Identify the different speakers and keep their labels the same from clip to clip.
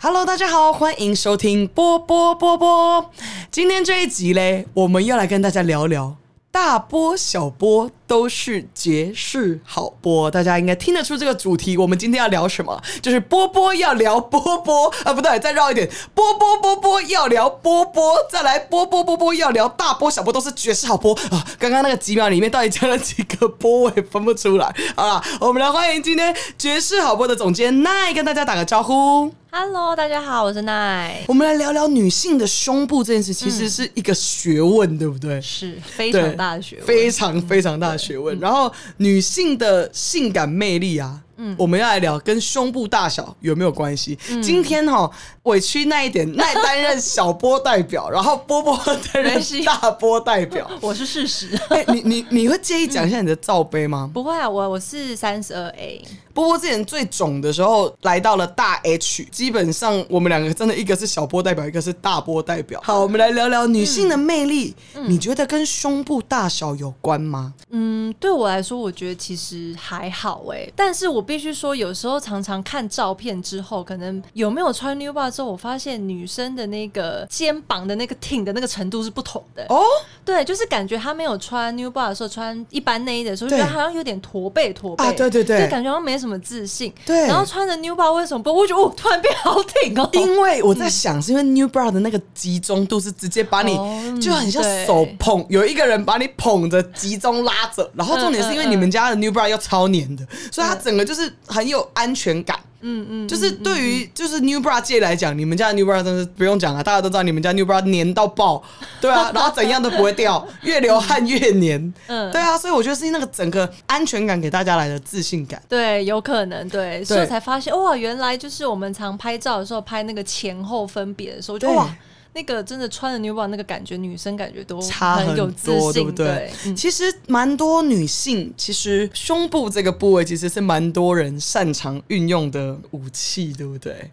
Speaker 1: Hello，大家好，欢迎收听波波波波。今天这一集嘞，我们要来跟大家聊聊大波小波都是绝世好波。大家应该听得出这个主题，我们今天要聊什么？就是波波要聊波波啊，不对，再绕一点，波波波波要聊波波，再来波波波波要聊大波小波都是绝世好波啊。刚刚那个几秒里面到底讲了几个波，我也分不出来。好啦，我们来欢迎今天绝世好波的总监奈，跟大家打个招呼。
Speaker 2: Hello，大家好，我是奈，
Speaker 1: 我们来聊聊女性的胸部这件事，其实是一个学问，对不对？
Speaker 2: 是嗯非
Speaker 1: 对
Speaker 2: 常大的学问， 嗯
Speaker 1: 非常非常大的学问。然后女性的性感魅力啊，
Speaker 2: 嗯
Speaker 1: 我们要来聊跟胸部大小有没有关系？今天哈、委屈那一 点，奈担任小波代表，然后波波担任
Speaker 2: 没事
Speaker 1: 大波代 表。
Speaker 2: 我是事实。
Speaker 1: 哎、你你你会介意讲一下你的罩杯吗？
Speaker 2: 不会啊，我我是三十二 A，
Speaker 1: 波波之前最肿的时候来到了大 H，基本上我们两个真的一个是小波代表，一个是大波代表。嗯好，我们来聊聊女性的魅力，你觉得跟胸部大小有关吗？
Speaker 2: 嗯，对我来说，我觉得其实还好哎、但是我必须说，有时候常常看照片之后，可能有没有穿 New Bar 之后，我发现女生的那个肩膀的那个挺的那个程度是不同的。
Speaker 1: 哦，
Speaker 2: 对，就是感觉她没有穿 New Bar 的时候，穿一般内衣的时候，
Speaker 1: 对
Speaker 2: 觉得好像有点驼背驼背。
Speaker 1: 哦啊对对对
Speaker 2: 对，感觉好像没什么自信。
Speaker 1: 对
Speaker 2: 然后穿着 New Bar 为什么不？我觉得哦，突然变好挺哦。
Speaker 1: 因为我在想，是因为 New Bra 的那个集中度是直接把你
Speaker 2: 哦嗯
Speaker 1: 就很像
Speaker 2: 对
Speaker 1: 手捧，有一个人把你捧着集中拉着，然后重点是因为
Speaker 2: 嗯嗯
Speaker 1: 你们家的 New Bra 又超黏的，所以它整个就是很有安全感。
Speaker 2: 嗯嗯，
Speaker 1: 就是对于就是 New Bra 界来讲，你们家的 New Bra 真的是不用讲了，啊大家都知道你们家 New Bra 黏到爆，对 啊，然后怎样都不会掉，越流汗越黏，
Speaker 2: 嗯
Speaker 1: 对啊，所以我觉得是那个整个安全感给大家来的自信感。
Speaker 2: 对，有可能对，所以我才发现哇，原来就是我们常拍照的时候拍那个前后分别的时候，就
Speaker 1: 对
Speaker 2: 哇，那个真的穿着 New Balance 那个感觉，女生感觉都
Speaker 1: 差很
Speaker 2: 有
Speaker 1: 多，
Speaker 2: 自信，
Speaker 1: 对不对？
Speaker 2: 嗯
Speaker 1: 其实蛮多女性，其实胸部这个部位其实是蛮多人擅长运用的武器，对不对？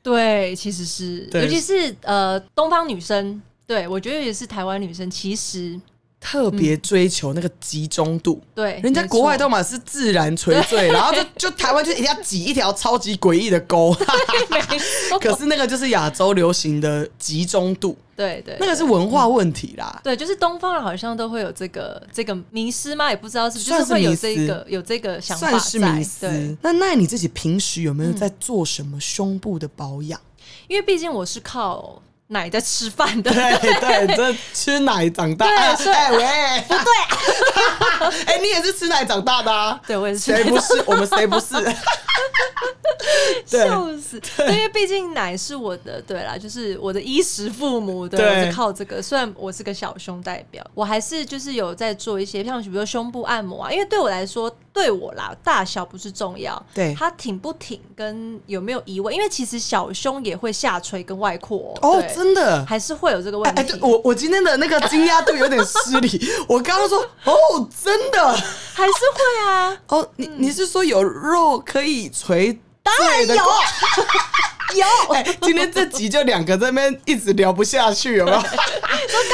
Speaker 2: 对，其实是，
Speaker 1: 对
Speaker 2: 尤其是呃，东方女生，对我觉得也是台湾女生，其实
Speaker 1: 特别追求那个集中度，
Speaker 2: 对，
Speaker 1: 人家
Speaker 2: 没
Speaker 1: 国外
Speaker 2: 错
Speaker 1: 都嘛是自然垂坠，然后就就台湾就一定要挤一条超级诡异的沟，
Speaker 2: 没错
Speaker 1: 可是那个就是亚洲流行的集中度，
Speaker 2: 对对，
Speaker 1: 那个
Speaker 2: 对
Speaker 1: 是文化问题啦。
Speaker 2: 对，就是东方人好像都会有这个这个迷失嘛，也不知道是不
Speaker 1: 算
Speaker 2: 就是是会有
Speaker 1: 迷思
Speaker 2: 这一个有这个想法
Speaker 1: 算是迷
Speaker 2: 在对嗯
Speaker 1: 思。那那你自己平时有没有在做什么胸部的保养？
Speaker 2: 因为毕竟我是靠奶在吃饭 的，
Speaker 1: 对对，这吃奶长大。
Speaker 2: 对
Speaker 1: 哎
Speaker 2: 所以
Speaker 1: 哎喂，不对， 哎，你也是吃奶长大的啊？
Speaker 2: 对我也是吃
Speaker 1: 谁不是？我们谁不是？对
Speaker 2: 笑死！对，因为毕竟奶是我的，对啦，就是我的衣食父母，对，
Speaker 1: 对
Speaker 2: 我是靠这个。虽然我是个小胸代表，我还是就是有在做一些，像比如说胸部按摩啊，因为对我来说，对我啦，大小不是重要，
Speaker 1: 对
Speaker 2: 它挺不挺跟有没有移位，因为其实小胸也会下垂跟外扩
Speaker 1: 哦，
Speaker 2: 对
Speaker 1: 真的。
Speaker 2: 还是会有这个
Speaker 1: 哎
Speaker 2: 问
Speaker 1: 哎，
Speaker 2: 题
Speaker 1: 对，我我今天的那个惊讶度有点失礼。我刚刚说 哦，真的
Speaker 2: 还是会啊，
Speaker 1: 哦，你你是说有肉可以垂？当然 有。
Speaker 2: 有。
Speaker 1: 哎，今天这集就两个在那边一直聊不下去，有没 有？
Speaker 2: 那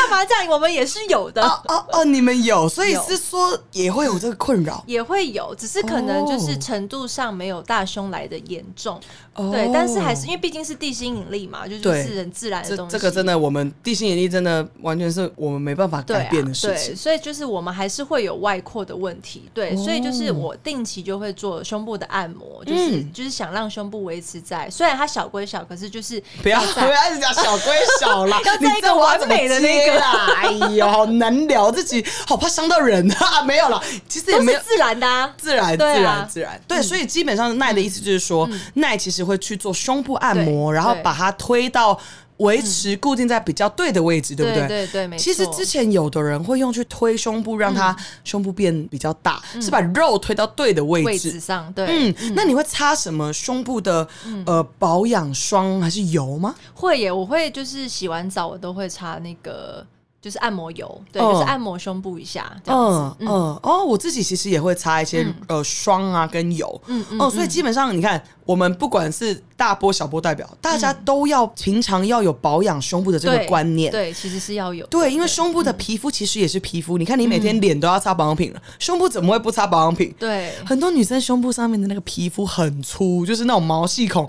Speaker 2: 干嘛这样？我们也是有的。
Speaker 1: 哦哦哦，你们有，所以
Speaker 2: 有
Speaker 1: 是说也会有这个困扰。
Speaker 2: 也会有，只是可能就是
Speaker 1: 哦
Speaker 2: 程度上没有大胸来的严重，
Speaker 1: 哦
Speaker 2: 对，但是还是因为毕竟是地心引力嘛，就是
Speaker 1: 对
Speaker 2: 是很自然的
Speaker 1: 这
Speaker 2: 东西。
Speaker 1: 这个真的，我们地心引力真的完全是我们没办法
Speaker 2: 对
Speaker 1: 改
Speaker 2: 啊，
Speaker 1: 变的事情
Speaker 2: 对，。所以就是我们还是会有外扩的问题，对，
Speaker 1: 哦
Speaker 2: 所以就是我定期就会做胸部的按摩，就是、
Speaker 1: 嗯
Speaker 2: 就是想让胸部维持在，虽然它小归小，可是就是
Speaker 1: 不要不
Speaker 2: 在
Speaker 1: 要一直讲小归小啦，
Speaker 2: 要
Speaker 1: 你
Speaker 2: 在一个
Speaker 1: 这我要怎么
Speaker 2: 完美的那个
Speaker 1: 接啦，哎呦，好难聊，自己好怕伤到人啊， 没有啦，其实也
Speaker 2: 都
Speaker 1: 没
Speaker 2: 是
Speaker 1: 有。
Speaker 2: 自然的、啊。
Speaker 1: 自然，自
Speaker 2: 对啊嗯
Speaker 1: 然，自然，对，所以基本上奈的意思就是说，奈其实会去做胸部按摩，
Speaker 2: 对
Speaker 1: 然后
Speaker 2: 对
Speaker 1: 把它推到维持固定在比较对的位置，对不
Speaker 2: 对对对没
Speaker 1: 其实
Speaker 2: 错嗯
Speaker 1: 之前有的人会用去推胸部，让它胸部变比较大，是把肉推到对的
Speaker 2: 位
Speaker 1: 位置
Speaker 2: 置，上，对，
Speaker 1: 嗯，那你会擦什么胸部的、
Speaker 2: 嗯
Speaker 1: 呃保养霜还是油吗？
Speaker 2: 会耶，我会就是洗完澡我都会擦那个就是按摩油，对，
Speaker 1: 嗯
Speaker 2: 就是按摩胸部一下这样子。
Speaker 1: 嗯
Speaker 2: 嗯
Speaker 1: 哦嗯哦，我自己其实也会擦一些、呃霜啊跟油，嗯嗯哦，所以基本上你看我们不管是大波小波代表，大家都要平常要有保养胸部的这个
Speaker 2: 嗯对
Speaker 1: 观念。
Speaker 2: 对，嗯其实是要有的
Speaker 1: 对，因为胸部的皮肤其实也是皮肤，你看
Speaker 2: 嗯
Speaker 1: 你每天脸都要擦保养品了，胸部怎么会不擦保养品？
Speaker 2: 对
Speaker 1: 很多女生胸部上面的那个皮肤很粗，就是那种毛细孔、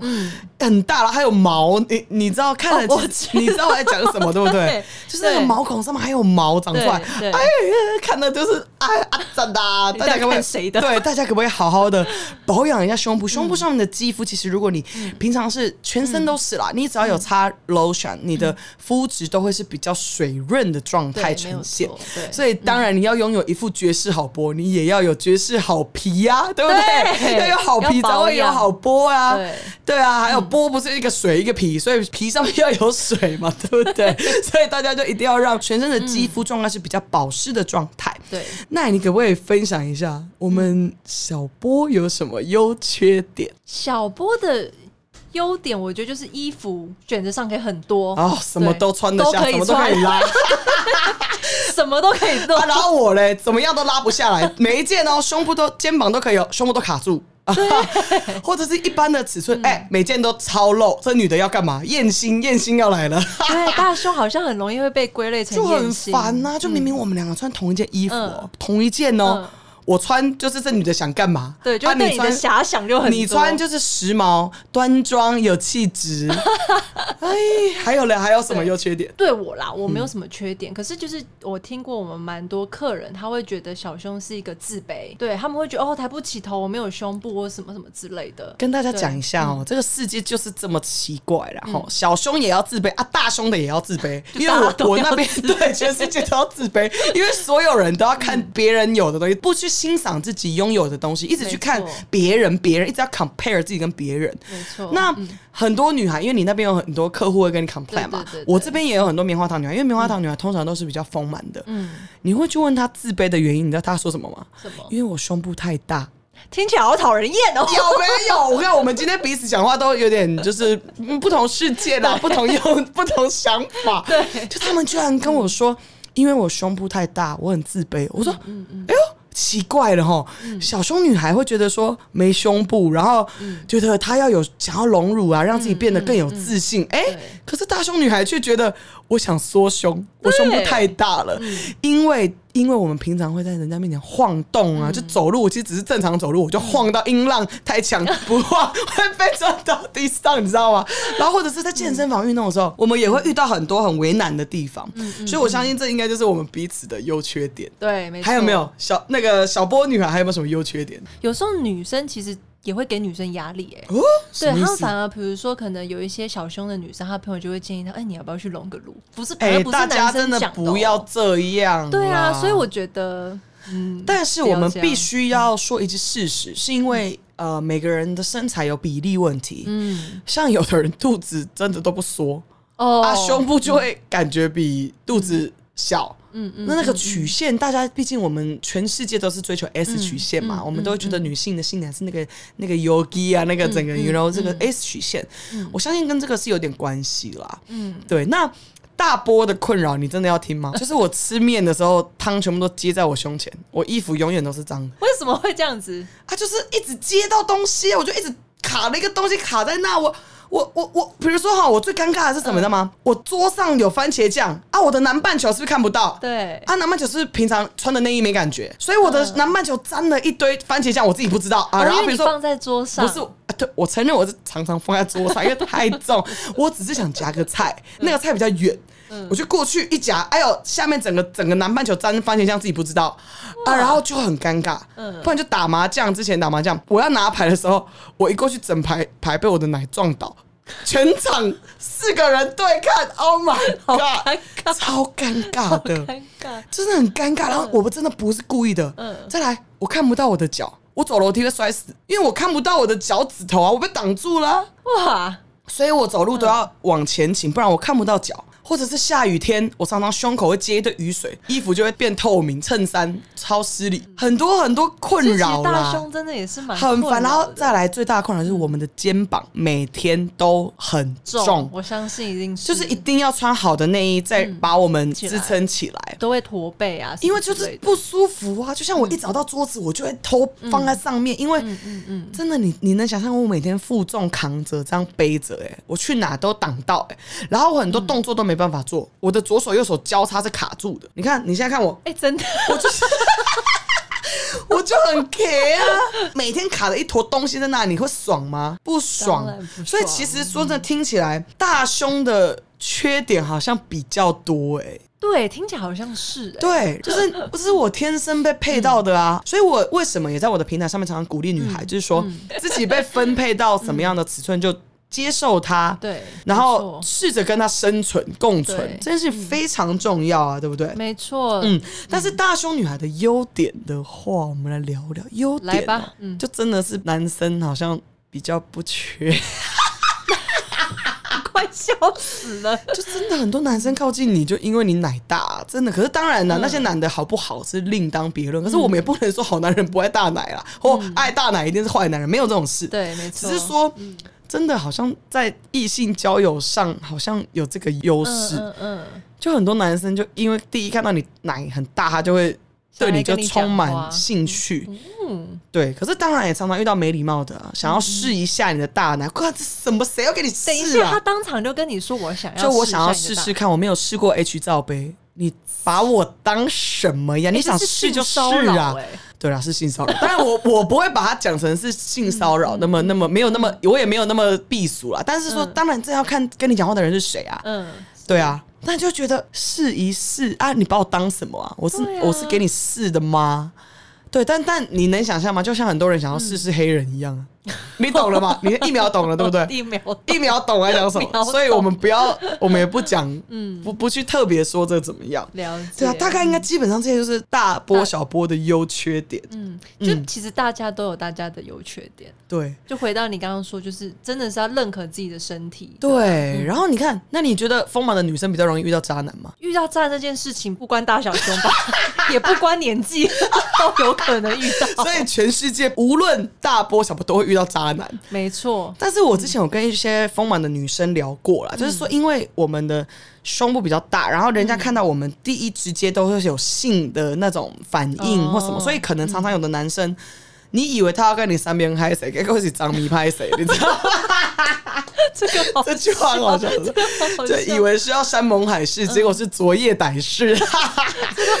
Speaker 1: 很大了，还有毛，你你知道看了、
Speaker 2: 嗯哦我
Speaker 1: 其实你知道我在讲什么对不对？
Speaker 2: 对
Speaker 1: 就是那个毛孔上面还有毛长出来，哎
Speaker 2: 对对
Speaker 1: 呀，看的就是哎啊真的啊，
Speaker 2: 你
Speaker 1: 大家可不可以
Speaker 2: 在看谁的嗯
Speaker 1: 对，大家可不可以好好的保养一下胸部？胸部上面的肌肤，其实如果你平常是全身都是啦，
Speaker 2: 嗯
Speaker 1: 你只要有擦 lotion，你的肤质都会是比较水润的状态
Speaker 2: 对没
Speaker 1: 呈
Speaker 2: 有
Speaker 1: 现
Speaker 2: 错。对
Speaker 1: 所以当然你要拥有一副绝世好波，你也要有绝世好皮呀、对不对？
Speaker 2: 嗯
Speaker 1: 要
Speaker 2: 对
Speaker 1: 有好皮
Speaker 2: 要保
Speaker 1: 才会有
Speaker 2: 养
Speaker 1: 好波啊。
Speaker 2: 对嗯
Speaker 1: 对啊，还有波不是一个水一个皮，所以皮上面要有水嘛，对不 对？所以大家就一定要让全身的肌肤状态是比较保湿的状态。
Speaker 2: 对，
Speaker 1: 那你可不可以分享一下我们小波有什么优缺点？
Speaker 2: 小波的优点，我觉得就是衣服选择上可以很多
Speaker 1: 哦，什么
Speaker 2: 对
Speaker 1: 都穿得
Speaker 2: 都
Speaker 1: 下，
Speaker 2: 可
Speaker 1: 什
Speaker 2: 以
Speaker 1: 么都可
Speaker 2: 穿
Speaker 1: 以，拉。
Speaker 2: 什么都可以做
Speaker 1: 啊，。然后我嘞，怎么样都拉不下来，每一件哦，胸部都肩膀都可以有，胸部都卡住。 或者是一般的尺
Speaker 2: 嗯
Speaker 1: 寸，哎、每件都超露。这女的要干嘛？艳星，艳星要 来了，
Speaker 2: 对，大胸好像很容易会被归类成
Speaker 1: 就很
Speaker 2: 艳星，
Speaker 1: 烦呐、就明明我们两个穿同一件衣服、哦，
Speaker 2: 嗯
Speaker 1: 同一件哦，
Speaker 2: 嗯
Speaker 1: 我穿就是这女的想干嘛？
Speaker 2: 对，就
Speaker 1: 啊
Speaker 2: 是对你的
Speaker 1: 穿
Speaker 2: 遐想就很多。
Speaker 1: 你穿就是时髦、端庄、有气 质。哎，还有嘞，还有什么优缺点？
Speaker 2: 对我啦，我
Speaker 1: 嗯
Speaker 2: 没有什么缺点，可是就是我听过我们蛮多客人，他会觉得小胸是一个自卑，对他们会觉得哦抬不起头，我没有胸部或什么什么之类的。
Speaker 1: 跟大家讲一下
Speaker 2: 嗯
Speaker 1: 哦，这个世界就是这么奇怪啦。哈、小胸也要自卑啊，大胸的也要自卑，因为
Speaker 2: 大家
Speaker 1: 我
Speaker 2: 都
Speaker 1: 我
Speaker 2: 要
Speaker 1: 那边对全世界都要自 卑，因为所有人都要看
Speaker 2: 嗯
Speaker 1: 别人有的东西，不去欣赏自己拥有的东西，一直去看
Speaker 2: 没错
Speaker 1: 别人，别人一直要 compare 自己跟别人。
Speaker 2: 没错，嗯
Speaker 1: 那、很多女孩，因为你那边有很多客户会跟你 complain 嘛，
Speaker 2: 对对对
Speaker 1: 我这边也有很多棉花糖女孩，因为棉花糖女孩通常都是比较丰满的，
Speaker 2: 嗯，
Speaker 1: 你会去问她自卑的原因，你知道她说什么吗？
Speaker 2: 什么
Speaker 1: 因为我胸部太大。
Speaker 2: 听起来好讨人厌哦。
Speaker 1: 有没有？我看我们今天彼此讲话都有点就是嗯不同世界啦，不同用 不同想法。
Speaker 2: 对
Speaker 1: 就他们居然跟我说，因为我胸部太大，我很自卑。我说，
Speaker 2: 嗯
Speaker 1: 哎呦。奇怪了哈，小胸女孩会觉得说没胸部，然后觉得她要有想要隆乳啊，让自己变
Speaker 2: 嗯
Speaker 1: 得更有自信。哎、
Speaker 2: 对
Speaker 1: 可是大胸女孩却觉得我想缩胸，我胸部
Speaker 2: 对
Speaker 1: 太大了，因为因为我们平常会在人家面前晃动
Speaker 2: 嗯
Speaker 1: 啊，就走路，我其实只是正常走路，我就晃到音浪太强，不晃会被撞到地上，你知道吗？
Speaker 2: 嗯
Speaker 1: 然后或者是在健身房运动的时候，我们也会遇到很多很为难的地方，
Speaker 2: 嗯
Speaker 1: 所以我相信这应该就是我们彼此的优缺点。
Speaker 2: 对，没错。
Speaker 1: 还有没有小那个小波女孩还有没有什么优缺点？
Speaker 2: 有时候女生其实也会给女生压力、欸，
Speaker 1: 哦，什
Speaker 2: 对
Speaker 1: 么意
Speaker 2: 她们
Speaker 1: 思？
Speaker 2: 反而，比如说，可能有一些小胸的女生，她朋友就会建议她，哎、你要不要去隆个乳？不是，
Speaker 1: 哎、
Speaker 2: 反而不是
Speaker 1: 大家
Speaker 2: 男
Speaker 1: 真
Speaker 2: 生
Speaker 1: 的
Speaker 2: 讲哦
Speaker 1: 不要这样。
Speaker 2: 对啊，所以我觉得，嗯，
Speaker 1: 但是
Speaker 2: 不
Speaker 1: 我
Speaker 2: 要
Speaker 1: 们
Speaker 2: 这样嗯
Speaker 1: 必须要说一句事实，是因为呃每个人的身材有比例问题，
Speaker 2: 嗯，
Speaker 1: 像有的人肚子真的都不缩，
Speaker 2: 哦，
Speaker 1: 啊胸部就会感觉比肚子小。
Speaker 2: 嗯嗯，
Speaker 1: 那那个曲线，大家毕竟我们全世界都是追求 S 曲线嘛，
Speaker 2: 嗯
Speaker 1: 我们都会觉得女性的性感是那个那个 yogi 啊，那个整个、
Speaker 2: 嗯
Speaker 1: you know 这个
Speaker 2: 嗯
Speaker 1: S 曲线，我相信跟这个是有点关系啦。
Speaker 2: 嗯，
Speaker 1: 对，那大波的困扰你真的要听 吗？就是我吃面的时候，汤全部都接在我胸前，我衣服永远都是脏的。
Speaker 2: 为什么会这样子？
Speaker 1: 他就是一直接到东西，我就一直卡了一个东西卡在那，我。我我我，比如说哈，我最尴尬的是什么的吗？
Speaker 2: 嗯
Speaker 1: 我桌上有番茄酱啊，我的南半球是不是看不到？
Speaker 2: 对，嗯
Speaker 1: 啊，南半球是平常穿的内衣没感觉，所以我的南半球沾了一堆番茄酱，我自己不知道啊。
Speaker 2: 哦
Speaker 1: 然后
Speaker 2: 因
Speaker 1: 比如
Speaker 2: 为你
Speaker 1: 说
Speaker 2: 放在桌上，
Speaker 1: 不是，啊对我承认我是常常放在桌上，因为太重，我只是想夹个菜，
Speaker 2: 嗯
Speaker 1: 那个菜比较远。我就过去一夹，哎呦，下面整个整个南半球沾番茄酱，自己不知道啊，然后就很尴尬。
Speaker 2: 嗯
Speaker 1: 不然就打麻将，之前打麻将，我要拿牌的时候，我一过去，整排牌被我的奶撞倒，全场四个人对看，Oh my
Speaker 2: 好
Speaker 1: god，
Speaker 2: 尴尬，
Speaker 1: 超尴尬的，
Speaker 2: 尴尬，
Speaker 1: 真的很尴尬。然后我们真的不是故意的。
Speaker 2: 嗯
Speaker 1: 再来，我看不到我的脚，我走楼梯会摔死，因为我看不到我的脚趾头啊，我被挡住了啊、
Speaker 2: 哇，
Speaker 1: 所以我走路都要往前倾，不然我看不到脚。或者是下雨天，我常常胸口会接一堆雨水，衣服就会变透明，衬衫超失礼，很多很多
Speaker 2: 嗯其
Speaker 1: 困
Speaker 2: 实
Speaker 1: 扰
Speaker 2: 大
Speaker 1: 啦。
Speaker 2: 胸真的也是蛮
Speaker 1: 很烦，
Speaker 2: 困
Speaker 1: 然
Speaker 2: 扰
Speaker 1: 后
Speaker 2: 的
Speaker 1: 再来最大的困扰就是我们的肩膀每天都很重
Speaker 2: 重，，嗯我相信一定是
Speaker 1: 就是一定要穿好的内衣，再把我们支撑起来。
Speaker 2: 都会驼背啊，
Speaker 1: 因为
Speaker 2: 什
Speaker 1: 就
Speaker 2: 么之
Speaker 1: 是
Speaker 2: 类的
Speaker 1: 不舒服啊，就像我一找到桌子，我就会头放在上面，因为
Speaker 2: 嗯
Speaker 1: 真的你你能想象我每天负重扛着这样背着，哎，我去哪都挡到，哎，然后我很多动作都没办法做，我的左手右手交叉是卡住的。你看你现在看我，
Speaker 2: 哎、真的，
Speaker 1: 我就很 care 啊，每天卡了一坨东西在那里，你会爽吗？不爽
Speaker 2: 当然不。爽
Speaker 1: 所以其实说真的，听起来大胸的缺点好像比较多哎、
Speaker 2: 对，听起来好像是、哎，
Speaker 1: 对，就是这是我天生被配到的
Speaker 2: 嗯
Speaker 1: 啊，所以我为什么也在我的平台上面常常鼓励女孩，就是说自己被分配到什么样的尺寸就接受它，
Speaker 2: 嗯对
Speaker 1: 然后
Speaker 2: 没错
Speaker 1: 试着跟它生存共存
Speaker 2: 对，嗯
Speaker 1: 这件事情非常重要啊，对不对？
Speaker 2: 没错，
Speaker 1: 嗯，但是大胸女孩的优点的话，我们来聊聊优点、啊
Speaker 2: 来吧，嗯，
Speaker 1: 就真的是男生好像比较不缺，
Speaker 2: 快笑死了，
Speaker 1: 就真的很多男生靠近你就因为你奶大，真的。可是当
Speaker 2: 嗯
Speaker 1: 然了，那些男的好不好是另当别论。可是我们也不能说好男人不爱大奶啦，或爱大奶一定是坏男人，没有这种事。
Speaker 2: 嗯对，哦没
Speaker 1: 只
Speaker 2: 错，嗯
Speaker 1: 是说，真的好像在异性交友上好像有这个优势，
Speaker 2: 嗯嗯嗯，
Speaker 1: 就很多男生就因为第一看到你奶很大，他就会对你
Speaker 2: 想要
Speaker 1: 就
Speaker 2: 跟你
Speaker 1: 充
Speaker 2: 讲
Speaker 1: 满
Speaker 2: 话嗯
Speaker 1: 兴趣。对。可是当然也常常遇到没礼貌的啊、想要试一下你的大奶，哇，这什么谁要给你试
Speaker 2: 嗯等一
Speaker 1: 啊
Speaker 2: 下，？他当场就跟你说我想要，
Speaker 1: 就我想要试试，看，我没有试过 H 罩杯，你把我当什么呀？
Speaker 2: 哎
Speaker 1: 你想
Speaker 2: 这是
Speaker 1: 试
Speaker 2: 性
Speaker 1: 就试
Speaker 2: 骚扰
Speaker 1: 啊！
Speaker 2: 哎
Speaker 1: 对啦，是性骚扰，当然我我不会把它讲成是性骚扰，那么
Speaker 2: 嗯
Speaker 1: 那么没有那么，我也没有那么避俗啦。但是说，当然这要看跟你讲话的人是谁啊，
Speaker 2: 嗯，
Speaker 1: 对啊。那就觉得试一试啊，你把我当什么啊？我是、
Speaker 2: 对啊
Speaker 1: 我是给你试的吗？对，但但你能想象吗？就像很多人想
Speaker 2: 嗯
Speaker 1: 要试试黑人一样啊，你懂了 吗？你一秒懂了，对不对？
Speaker 2: 一秒
Speaker 1: 一秒懂来讲什
Speaker 2: 秒
Speaker 1: 么，
Speaker 2: 懂
Speaker 1: 所以我们不要，我们也不讲，不不去特别说这怎么样。
Speaker 2: 了解，
Speaker 1: 对啊，大概应该基本上这些就是大波小波的优缺点。
Speaker 2: 嗯，就其实大家都有大家的优缺点。
Speaker 1: 对
Speaker 2: 就回到你刚刚说，就是真的是要认可自己的身体。
Speaker 1: 对，
Speaker 2: 嗯
Speaker 1: 然后你看，那你觉得丰满的女生比较容易遇到渣男 吗？
Speaker 2: 遇到站这件事情，不关大小胸吧， 也不关年纪，都有可能遇到。
Speaker 1: 所以全世界无论大波小波都会遇到渣男。
Speaker 2: 没错，
Speaker 1: 但是我之前有跟一些丰满的女生聊过啦，
Speaker 2: 嗯
Speaker 1: 就是说，因为我们的胸部比较大，然后人家看到我们第一直接都会有性的那种反应
Speaker 2: 哦
Speaker 1: 或什么，所以可能常常有的男生，你以为他要跟你三边嗨谁，结果是张迷拍谁，你知道吗？
Speaker 2: 这个好
Speaker 1: 这句话很好笑
Speaker 2: 这个 好笑，
Speaker 1: 就以为是要山盟海誓，结果是昨夜歹誓。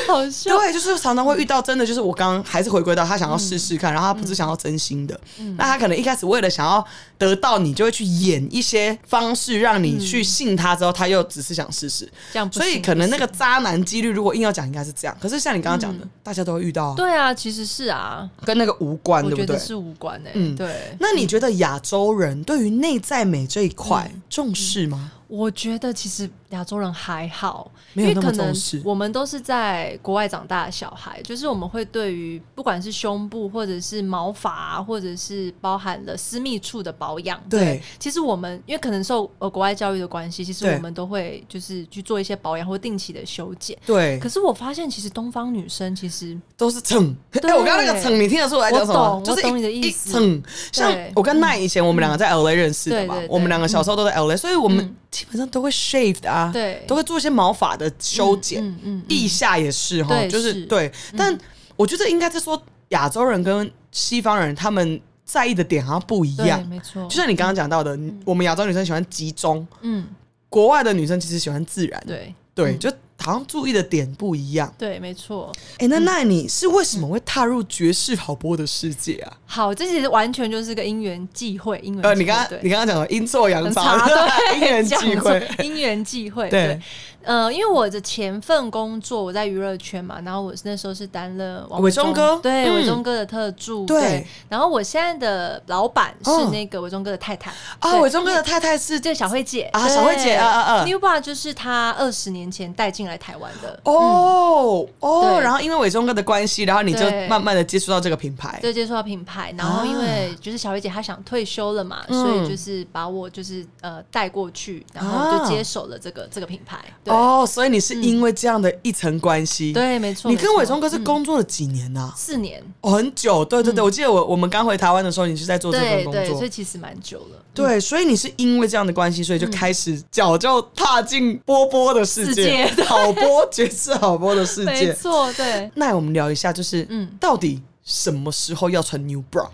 Speaker 2: 好笑。
Speaker 1: 对，就是常常会遇到，真的就是我刚刚还是回归到他想要试试
Speaker 2: 嗯
Speaker 1: 看，然后他不是想要真心的，那他可能一开始为了想要得到你，就会去演一些方式让你去信他，之后他又只是想试试，
Speaker 2: 这嗯样不行嗯
Speaker 1: 所以可能那个渣男几率，如果硬要讲，应该是这样。可是像你刚刚讲的，大家都会遇到啊，
Speaker 2: 对啊，其实是啊，
Speaker 1: 跟那个无关，
Speaker 2: 我
Speaker 1: 对不
Speaker 2: 觉
Speaker 1: 对
Speaker 2: 得？是无关诶、
Speaker 1: 嗯
Speaker 2: 对，
Speaker 1: 那你觉得亚洲人对于内在美这一块
Speaker 2: 嗯
Speaker 1: 重视吗？
Speaker 2: 我觉得其实亚洲人还好，
Speaker 1: 没
Speaker 2: 因
Speaker 1: 有
Speaker 2: 为
Speaker 1: 那么
Speaker 2: 可
Speaker 1: 重
Speaker 2: 能
Speaker 1: 视
Speaker 2: 我们都是在国外长大的小孩，就是我们会对于不管是胸部或者是毛发，啊或者是包含了私密处的保养，
Speaker 1: 对
Speaker 2: 其实我们因为可能受呃国外教育的关系，其实
Speaker 1: 对
Speaker 2: 我们都会就是去做一些保养或定期的修剪。
Speaker 1: 对
Speaker 2: 可，是我发现，其实东方女生其实
Speaker 1: 都是蹭。哎、
Speaker 2: 对
Speaker 1: 我刚刚那个蹭，你听得出来讲什么？
Speaker 2: 我懂
Speaker 1: 就是一
Speaker 2: 我懂你的
Speaker 1: 一
Speaker 2: 意思
Speaker 1: 蹭，像
Speaker 2: 对嗯
Speaker 1: 我跟奈以前我们两个在 LA 认识的嘛，
Speaker 2: 对对对嗯
Speaker 1: 我们两个小时候都在 LA，、所以我们基本上都会 shaved 啊，
Speaker 2: 对
Speaker 1: 都会做一些毛发的修剪，
Speaker 2: 嗯嗯，嗯
Speaker 1: 腋下也是哈，
Speaker 2: 对
Speaker 1: 就是
Speaker 2: 是嗯
Speaker 1: 对。但我觉得应该是说亚洲人跟西方人他们在意的点好像不一
Speaker 2: 对，
Speaker 1: 样，
Speaker 2: 没错，
Speaker 1: 就像你刚刚讲到的，我们亚洲女生喜欢集中，
Speaker 2: 嗯，
Speaker 1: 国外的女生其实喜欢自然，
Speaker 2: 对
Speaker 1: 对，
Speaker 2: 嗯
Speaker 1: 就好像注意的点不一样。
Speaker 2: 对，没错。
Speaker 1: 哎、那那你是为什么会踏入爵士跑波的世界啊？
Speaker 2: 好，这其实完全就是个因缘际会，因缘
Speaker 1: 呃，
Speaker 2: 际
Speaker 1: 你刚
Speaker 2: 会
Speaker 1: 刚你刚刚讲的阴错阳
Speaker 2: 嗯很
Speaker 1: 差
Speaker 2: 差，， 对，
Speaker 1: 因缘际会，
Speaker 2: 讲错，因缘际会，
Speaker 1: 对
Speaker 2: 对。呃，因为我的前份工作我在娱乐圈嘛，然后我那时候是担任王
Speaker 1: 伟忠哥
Speaker 2: 对
Speaker 1: 嗯
Speaker 2: 伟忠哥的特助，
Speaker 1: 对
Speaker 2: 对。然后我现在的老板
Speaker 1: 哦
Speaker 2: 是那个伟忠哥的太太
Speaker 1: 啊！
Speaker 2: 对
Speaker 1: 伟忠哥的太太是
Speaker 2: 这个小慧姐
Speaker 1: 啊小慧姐
Speaker 2: 对
Speaker 1: 啊啊啊
Speaker 2: New Bar 就是她二十年年前带进来台湾的。
Speaker 1: 哦哦，
Speaker 2: 嗯对
Speaker 1: 然后因为伟忠哥的关系，然后你就
Speaker 2: 对
Speaker 1: 慢慢的接触到这个品牌。
Speaker 2: 对，接触到品牌，然后因为就是小薇姐她想退休了嘛，
Speaker 1: 啊嗯
Speaker 2: 所以就是把我就是呃带过去，然后
Speaker 1: 啊
Speaker 2: 就接手了这个这个品牌。对，嗯
Speaker 1: 哦，所以你是因为这样的一层关系，，
Speaker 2: 对，没错。
Speaker 1: 你跟
Speaker 2: 没错嗯
Speaker 1: 伟忠哥是工作了几年呐、
Speaker 2: 四年，
Speaker 1: 哦，很久，对对对，我记得我我们刚回台湾的时候，你是在做这份
Speaker 2: 嗯对
Speaker 1: 工
Speaker 2: 对，
Speaker 1: 作
Speaker 2: 所以，其实蛮久了。
Speaker 1: 对，所以你是因为这样的关系，所以就开始脚就踏进波波的世界，
Speaker 2: 世界 对
Speaker 1: 好波爵士好波的世
Speaker 2: 没
Speaker 1: 界。。
Speaker 2: 错，对
Speaker 1: 那我们聊一下，就是嗯
Speaker 2: 嗯，
Speaker 1: 到底什么时候要穿 new bra？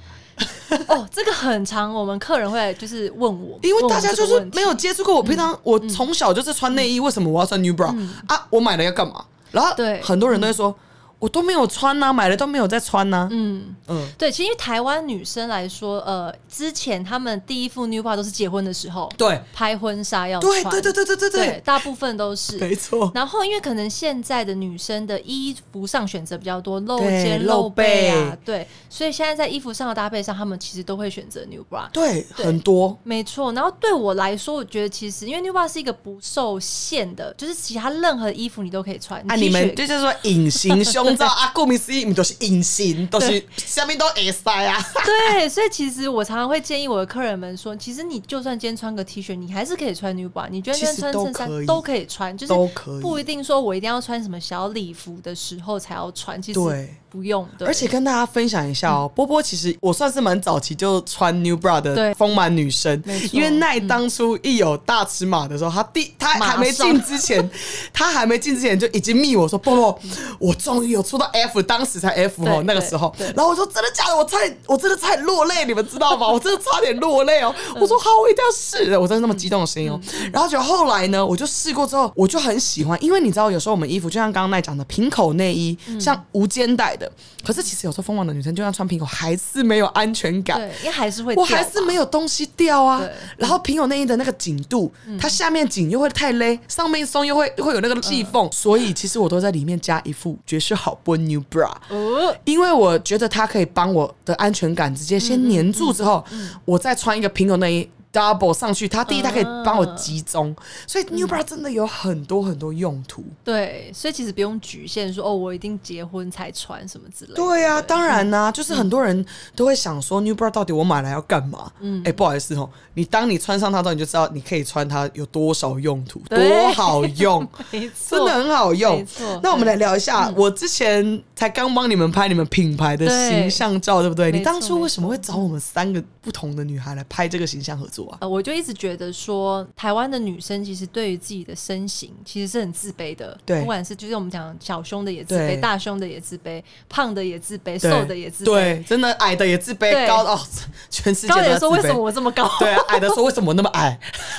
Speaker 2: 哦，这个很长，我们客人会来就是问我，
Speaker 1: 因为
Speaker 2: 问我
Speaker 1: 大家
Speaker 2: 这个
Speaker 1: 就是
Speaker 2: 问题嗯
Speaker 1: 没有接触过我，平常我从小就是穿内衣，为什么我要穿 new bra 啊？我买了要干嘛？然后
Speaker 2: 对
Speaker 1: 很多人都会说，我都没有穿呐，买了都没有在穿呐。
Speaker 2: 嗯。
Speaker 1: 嗯，
Speaker 2: 对，其实因为台湾女生来说，呃，之前她们第一副 new bra 都是结婚的时候，
Speaker 1: 对，
Speaker 2: 拍婚纱要
Speaker 1: 对
Speaker 2: 穿，
Speaker 1: 对对对对对
Speaker 2: 对
Speaker 1: 对，
Speaker 2: 大部分都是。
Speaker 1: 没错。
Speaker 2: 然后，因为可能现在的女生的衣服上选择比较多，露
Speaker 1: 对
Speaker 2: 肩、
Speaker 1: 露
Speaker 2: 露背啊
Speaker 1: 背，
Speaker 2: 对，所以现在在衣服上的搭配上，她们其实都会选择 new bra。
Speaker 1: 对，
Speaker 2: 对
Speaker 1: 很多
Speaker 2: 没错，然后对我来说，我觉得其实因为 new bra 是一个不受限的，就是其他任何衣服你都可以穿。
Speaker 1: 啊，
Speaker 2: T
Speaker 1: 你们
Speaker 2: 恤
Speaker 1: 就是说隐形胸罩啊，顾名思义，你们都是隐形，都是下面都 S 塞啊。
Speaker 2: 对，所以其实我常常会建议我的客人们说，其实你就算今天穿个 T 恤，你还是可以穿 new bra，你觉得今天穿衬
Speaker 1: 其实都可以
Speaker 2: 衫都可以穿，就是
Speaker 1: 都可以
Speaker 2: 不一定说我一定要穿什么小礼服的时候才要穿，其实
Speaker 1: 对
Speaker 2: 不用。对嗯
Speaker 1: 而且跟大家分享一下哦，波波其实我算是蛮早期就穿 New Bra 的
Speaker 2: 对
Speaker 1: 丰满女生
Speaker 2: 没，错嗯
Speaker 1: 因为奈当初一有大尺码的时候，她第她
Speaker 2: 马上嗯
Speaker 1: 还没进之前， 她还没进之前就已经密我说波波，我终于有出到 F，当时才 F 哦
Speaker 2: 对
Speaker 1: 那个时候
Speaker 2: 对，对
Speaker 1: 然后我说真的假的，我差点我真的差点落泪，你们知 道吗？我真的差点落泪哦，
Speaker 2: 嗯
Speaker 1: 我说好，我一定要试的，我真的那么激动的声音哦，然后就后来呢，我就试过之后，我就很喜欢，因为你知道有时候我们衣服就像刚刚奈讲的平口内衣，
Speaker 2: 嗯
Speaker 1: 像无肩带的，可是其实有时候疯狂的女生就算穿平口还是没有安全感
Speaker 2: 对。，因为还是会掉
Speaker 1: 我
Speaker 2: 嘛，
Speaker 1: 还是没有东西掉啊
Speaker 2: 对。嗯
Speaker 1: 然后平口内衣的那个紧度，它下面紧又会太勒，上面松又会会有那个细缝，所以其实我都在里面加一副绝世好波 new bra。
Speaker 2: 哦，
Speaker 1: 因为我觉得它可以帮我的安全感直接先粘住之后，我再穿一个平口内衣 double 上去，它第一它可以帮我集中，所以 new bra 真的有很多很多用途。
Speaker 2: 对，所以其实不用局限说哦，我一定结婚才穿什么之类的。
Speaker 1: 对嗯呀、当然啦、就是很多人都会想说，New Bra 到底我买来要干嘛？嗯，哎、不好意思哦，你当你穿上它之后，你就知道你可以穿它有多少用途，
Speaker 2: 对
Speaker 1: 多好 用，
Speaker 2: 没错，
Speaker 1: 真的很好用
Speaker 2: 没错。嗯
Speaker 1: 那我们来聊一下，我之前才刚帮你们拍你们品牌的
Speaker 2: 对
Speaker 1: 形象照，对不对？
Speaker 2: 没错
Speaker 1: 你当初为什么会找我们三个不同的女孩来拍这个形象合作啊？
Speaker 2: 呃，我就一直觉得说，台湾的女生其实对于自己的身形其实是很自卑的，
Speaker 1: 对
Speaker 2: 不管是就是我们讲小胸的也自
Speaker 1: 对
Speaker 2: 卑，大胸的也自卑，胖的也自卑，
Speaker 1: 对
Speaker 2: 瘦的也自卑，
Speaker 1: 对，真的矮的也自卑，
Speaker 2: 对
Speaker 1: 高的哦，全世界
Speaker 2: 高
Speaker 1: 都
Speaker 2: 的
Speaker 1: 在
Speaker 2: 人
Speaker 1: 自
Speaker 2: 说为什
Speaker 1: 卑
Speaker 2: 么。我这么高？
Speaker 1: 对啊，矮的说为什么我那么矮，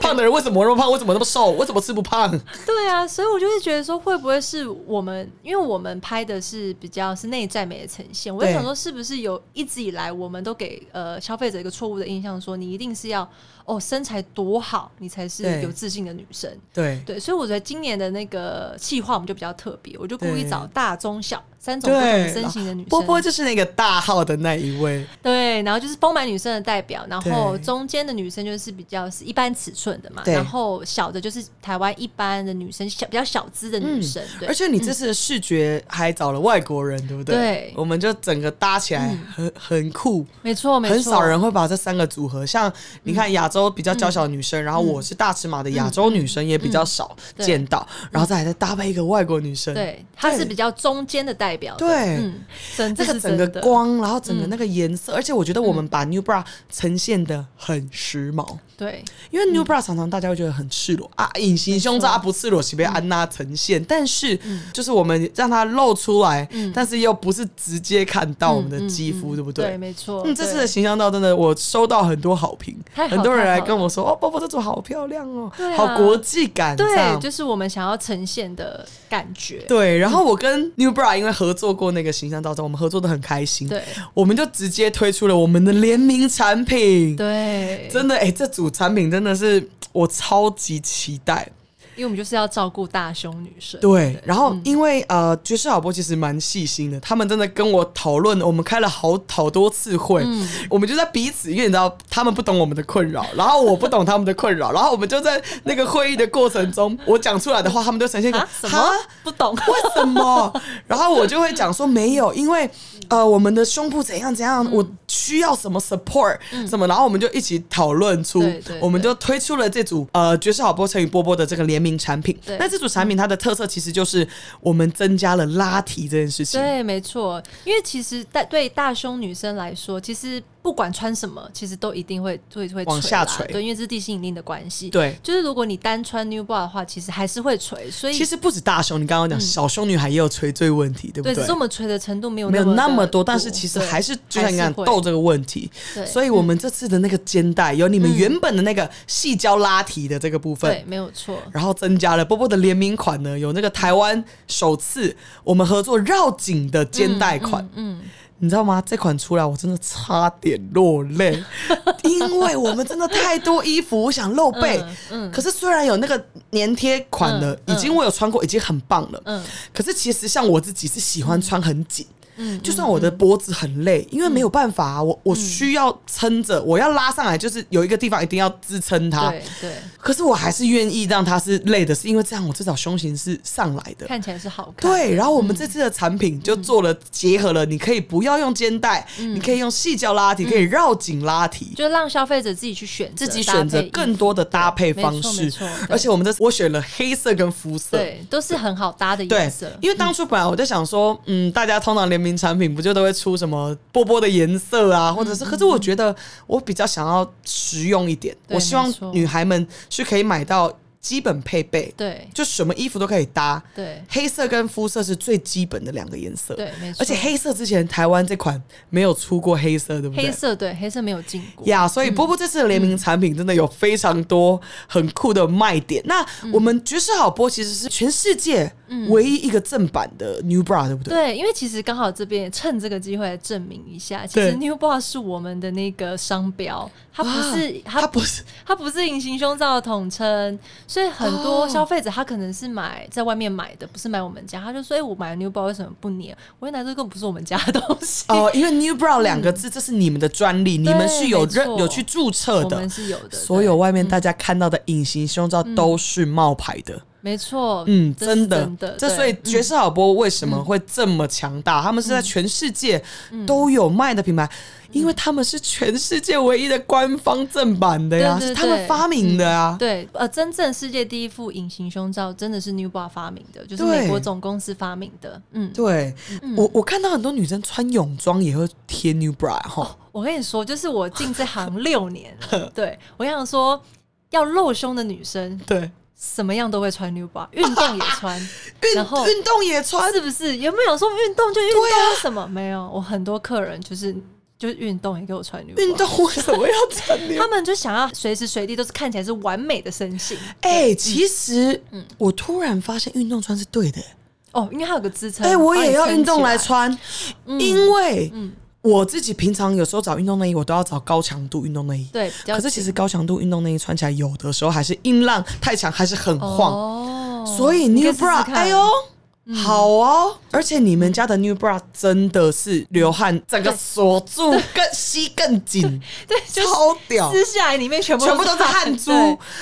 Speaker 1: 胖的人为什么我那么胖，为什么我那么瘦，为什么吃不胖？
Speaker 2: 对啊，所以我就是觉得说，会不会是我们，因为我们拍的是比较是内在美的呈现，我就
Speaker 1: 对
Speaker 2: 想说，是不是有一直以来我们都给呃消费者一个错误的印象，说你一定是要哦身材多好，你才
Speaker 1: 对
Speaker 2: 是有自信的女生。
Speaker 1: 对，
Speaker 2: 对，所以我觉得今年的那个计划我们就比较特别，我就故意
Speaker 1: 对
Speaker 2: 找大、中、小三种不同身形的女生，
Speaker 1: 波波就是那个大号的那一位，
Speaker 2: 对，然后就是丰满女生的代表，然后
Speaker 1: 对
Speaker 2: 中间的女生就是比较是一般尺寸的嘛，
Speaker 1: 对
Speaker 2: 然后小的就是台湾一般的女生，小比较小资的女生，对，
Speaker 1: 而且你这次的视觉还找了外国人，对不对？
Speaker 2: 对嗯
Speaker 1: 我们就整个搭起来很、很酷，
Speaker 2: 没错没错，嗯
Speaker 1: 很少人会把这三个组合。像你看亚洲比较娇小的女生，然后我是大尺码的亚洲女生也比较少
Speaker 2: 嗯对嗯
Speaker 1: 见到，然后再来再搭配一个外国女生，
Speaker 2: 对，她是比较中间的代表的，
Speaker 1: 对
Speaker 2: 嗯，真
Speaker 1: 这
Speaker 2: 这
Speaker 1: 个
Speaker 2: 是
Speaker 1: 整
Speaker 2: 真
Speaker 1: 个
Speaker 2: 的嗯
Speaker 1: 光，然后整个那个颜色，而且我觉得我们把 New Bra 呈现的很时髦。
Speaker 2: 对
Speaker 1: 因为
Speaker 2: 嗯
Speaker 1: New Bra 常常大家会觉得很赤裸啊，隐形胸罩啊不赤裸，是
Speaker 2: 嗯
Speaker 1: 被安娜呈现，但是就是我们让它露出来，
Speaker 2: 嗯
Speaker 1: 但是又不是直接看到我们的肌肤，对不
Speaker 2: 对，
Speaker 1: 对？
Speaker 2: 没错，
Speaker 1: 嗯，这次
Speaker 2: 哦对
Speaker 1: 的形象照真的，我收到很多好评，
Speaker 2: 太好
Speaker 1: 很多人来
Speaker 2: 太好
Speaker 1: 跟我说，哦，波波这组好漂亮哦，
Speaker 2: 对啊
Speaker 1: 好国际感，这
Speaker 2: 对，
Speaker 1: 样
Speaker 2: 就是我们想要呈现的感觉，
Speaker 1: 对。然后我跟 New Bra 因为合作过那个形象照照，我们合作的很开心，
Speaker 2: 对
Speaker 1: 我们就直接推出了我们的联名产品，
Speaker 2: 对，
Speaker 1: 真的哎、欸这组产品真的是我超级期待。
Speaker 2: 因为我们就是要照顾大胸女生。
Speaker 1: 对，然
Speaker 2: 嗯
Speaker 1: 后因为、呃，爵士好波其实蛮细心的，他们真的跟我讨论，我们开了好好多次会，
Speaker 2: 嗯
Speaker 1: 我们就在彼此，因为你知道他们不懂我们的困扰，然后我不懂他们的困扰，然后我们就在那个会议的过程中，我讲出来的话，他们都呈现一个
Speaker 2: 啊，什么
Speaker 1: 哈
Speaker 2: 不 懂？
Speaker 1: 为什么？然后我就会讲说没有，因为
Speaker 2: 嗯
Speaker 1: 呃，我们的胸部怎样怎样，我需要什么 support 什么，然后我们就一起讨论出
Speaker 2: 嗯对对，
Speaker 1: 我们就推出了这组呃爵士好波乘以波波的这个联名产品
Speaker 2: 对。
Speaker 1: 那这组产品它的特色其实就是我们增加了拉提这件事情。
Speaker 2: 对，没错，因为其实大对大胸女生来说，其实不管穿什么，其实都一定会会会
Speaker 1: 往
Speaker 2: 啦
Speaker 1: 下垂
Speaker 2: 对，因为这是地心引力的关系。，
Speaker 1: 对，
Speaker 2: 就是如果你单穿 New Bar 的话，其实还是会垂，所以
Speaker 1: 其实不止大胸，你刚刚讲小胸女孩也有垂坠问题，对不
Speaker 2: 嗯对，只
Speaker 1: 对
Speaker 2: 是？我们垂的程度没有
Speaker 1: 没有
Speaker 2: 么
Speaker 1: 那么
Speaker 2: 的
Speaker 1: 多，但是其实
Speaker 2: 对
Speaker 1: 还是就像你
Speaker 2: 还
Speaker 1: 讲
Speaker 2: 是会
Speaker 1: 痘这个问题，
Speaker 2: 对嗯
Speaker 1: 所以我们这次的那个肩带有你们原本的那个细胶拉提的这个部分
Speaker 2: 对，，没有错。
Speaker 1: 然后增加了波波的联名款呢，有那个台湾首次我们合作绕颈的肩带款，嗯。你知道吗？这款出来我真的差点落泪， 因为我们真的太多衣服，我想露背。嗯，可是虽然有那个粘贴款的，已经我有穿过，已经很棒了。嗯，可是其实像我自己是喜欢穿很紧。嗯，就算我的脖子很累，因为没有办法啊、我我需要撑着，我要拉上来，就是有一个地方一定要支撑它。
Speaker 2: 对对，
Speaker 1: 可是我还是愿意让他是累的，是因为这样我至少胸型是上来的。
Speaker 2: 看嗯起来是好看。
Speaker 1: 对，然后我们这次的产品就做了结合了，你可以不要用肩带，你可以用细胶拉提，可以绕颈拉提。
Speaker 2: 就让消费者自己去选择，
Speaker 1: 自己选择
Speaker 2: 搭配
Speaker 1: 更多的搭配
Speaker 2: 对
Speaker 1: 方
Speaker 2: 没
Speaker 1: 式
Speaker 2: 错没错，
Speaker 1: 而且我们的我选了黑色跟肤色，
Speaker 2: 对，都是很好搭的
Speaker 1: 对
Speaker 2: 颜色，。
Speaker 1: 因为当初本来我在想说，嗯，大家通常联名产品不就都会出什么波波的颜色
Speaker 2: 嗯
Speaker 1: 啊，或者是，可是我觉得我比较想要实用一点，
Speaker 2: 嗯对
Speaker 1: 我希
Speaker 2: 没
Speaker 1: 望
Speaker 2: 错
Speaker 1: 女孩们是可以买到基本配备，
Speaker 2: 对
Speaker 1: 就什么衣服都可以搭。
Speaker 2: 对
Speaker 1: 黑色跟肤色是最基本的两个颜色，
Speaker 2: 对，没错。
Speaker 1: 而且黑色之前台湾这款没有出过黑色，对不
Speaker 2: 黑
Speaker 1: 对？
Speaker 2: 色嗯对黑色没有进过，
Speaker 1: 呀所以波波这次的联名产品真的有非常多很酷的卖点。那
Speaker 2: 嗯
Speaker 1: 我们爵士好波其实是全世界唯一一个正版的 New Bra，对不对？
Speaker 2: 对，因为其实刚好这边也趁这个机会来证明一下，其
Speaker 1: 对
Speaker 2: 实 New Boss 是我们的那个商标，它不是、
Speaker 1: 啊它
Speaker 2: 它
Speaker 1: 不是
Speaker 2: 它不是隐形胸罩的统称，所以很
Speaker 1: 哦
Speaker 2: 多消费者他可能是买在外面买的，不是买我们家，他就说：“哎、我买了 New Boss 为什么不粘？”我一拿这根本不是我们家的东西，
Speaker 1: 哦、因为 New Bra 两个字，这是你们的专利，你们是有认
Speaker 2: 嗯没错
Speaker 1: 有去注册
Speaker 2: 我
Speaker 1: 的
Speaker 2: 们，是有的，
Speaker 1: 所
Speaker 2: 对嗯
Speaker 1: 有外面大家看到的隐形胸罩都是冒牌的。
Speaker 2: 没错，
Speaker 1: 嗯，
Speaker 2: 这是
Speaker 1: 真的
Speaker 2: 真，的，
Speaker 1: 这
Speaker 2: 对嗯
Speaker 1: 所以爵士好波为什么会这么强大？他们是在全世界
Speaker 2: 嗯
Speaker 1: 都有卖的品牌，因为他们是全世界唯一的官方正版的呀，
Speaker 2: 对对
Speaker 1: 是他们
Speaker 2: 对
Speaker 1: 发明的啊。
Speaker 2: 对，呃，真正世界第一副隐形胸罩真的是 New Bar 发明的，就是
Speaker 1: 对
Speaker 2: 美国总公司发明的。嗯，
Speaker 1: 对，我我看到很多女生穿泳装也会贴 New Bra 哈，
Speaker 2: 我跟你说，就是我进这行六年 了，对我想说，要露胸的女生
Speaker 1: 对，
Speaker 2: 什么样都会穿 New Bar，运动也 穿
Speaker 1: 运，
Speaker 2: 然后
Speaker 1: 运动也穿
Speaker 2: 是不是？有没有说运动就运
Speaker 1: 啊
Speaker 2: 动什么？没有，我很多客人就是就是运动也给我穿 New
Speaker 1: 运
Speaker 2: Bar。
Speaker 1: 动为什么要 穿 New？
Speaker 2: 他们就想要随时随地都是看起来是完美的身 形
Speaker 1: 哎、其实、
Speaker 2: 嗯
Speaker 1: 我突然发现运动穿是对的、
Speaker 2: 哦，因为它有个支撑。
Speaker 1: 哎、我也
Speaker 2: 帮
Speaker 1: 要
Speaker 2: 你撑
Speaker 1: 运动
Speaker 2: 起嗯
Speaker 1: 来穿，因为我自己平常有时候找运动内衣，我都要找高强度运动内衣。
Speaker 2: 对，比较
Speaker 1: 可是其实高强度运动内衣穿起来，有的时候还是音浪太强，还是很晃。
Speaker 2: 哦
Speaker 1: 所以
Speaker 2: 你
Speaker 1: new
Speaker 2: 可以试试
Speaker 1: bra，
Speaker 2: 看嗯
Speaker 1: 哎呦，好哦！而且你们家的 new bra 真的是流汗，整个锁住，更吸更紧，
Speaker 2: 对， 就是
Speaker 1: 超屌。
Speaker 2: 撕下来里面全部
Speaker 1: 全部都是汗珠。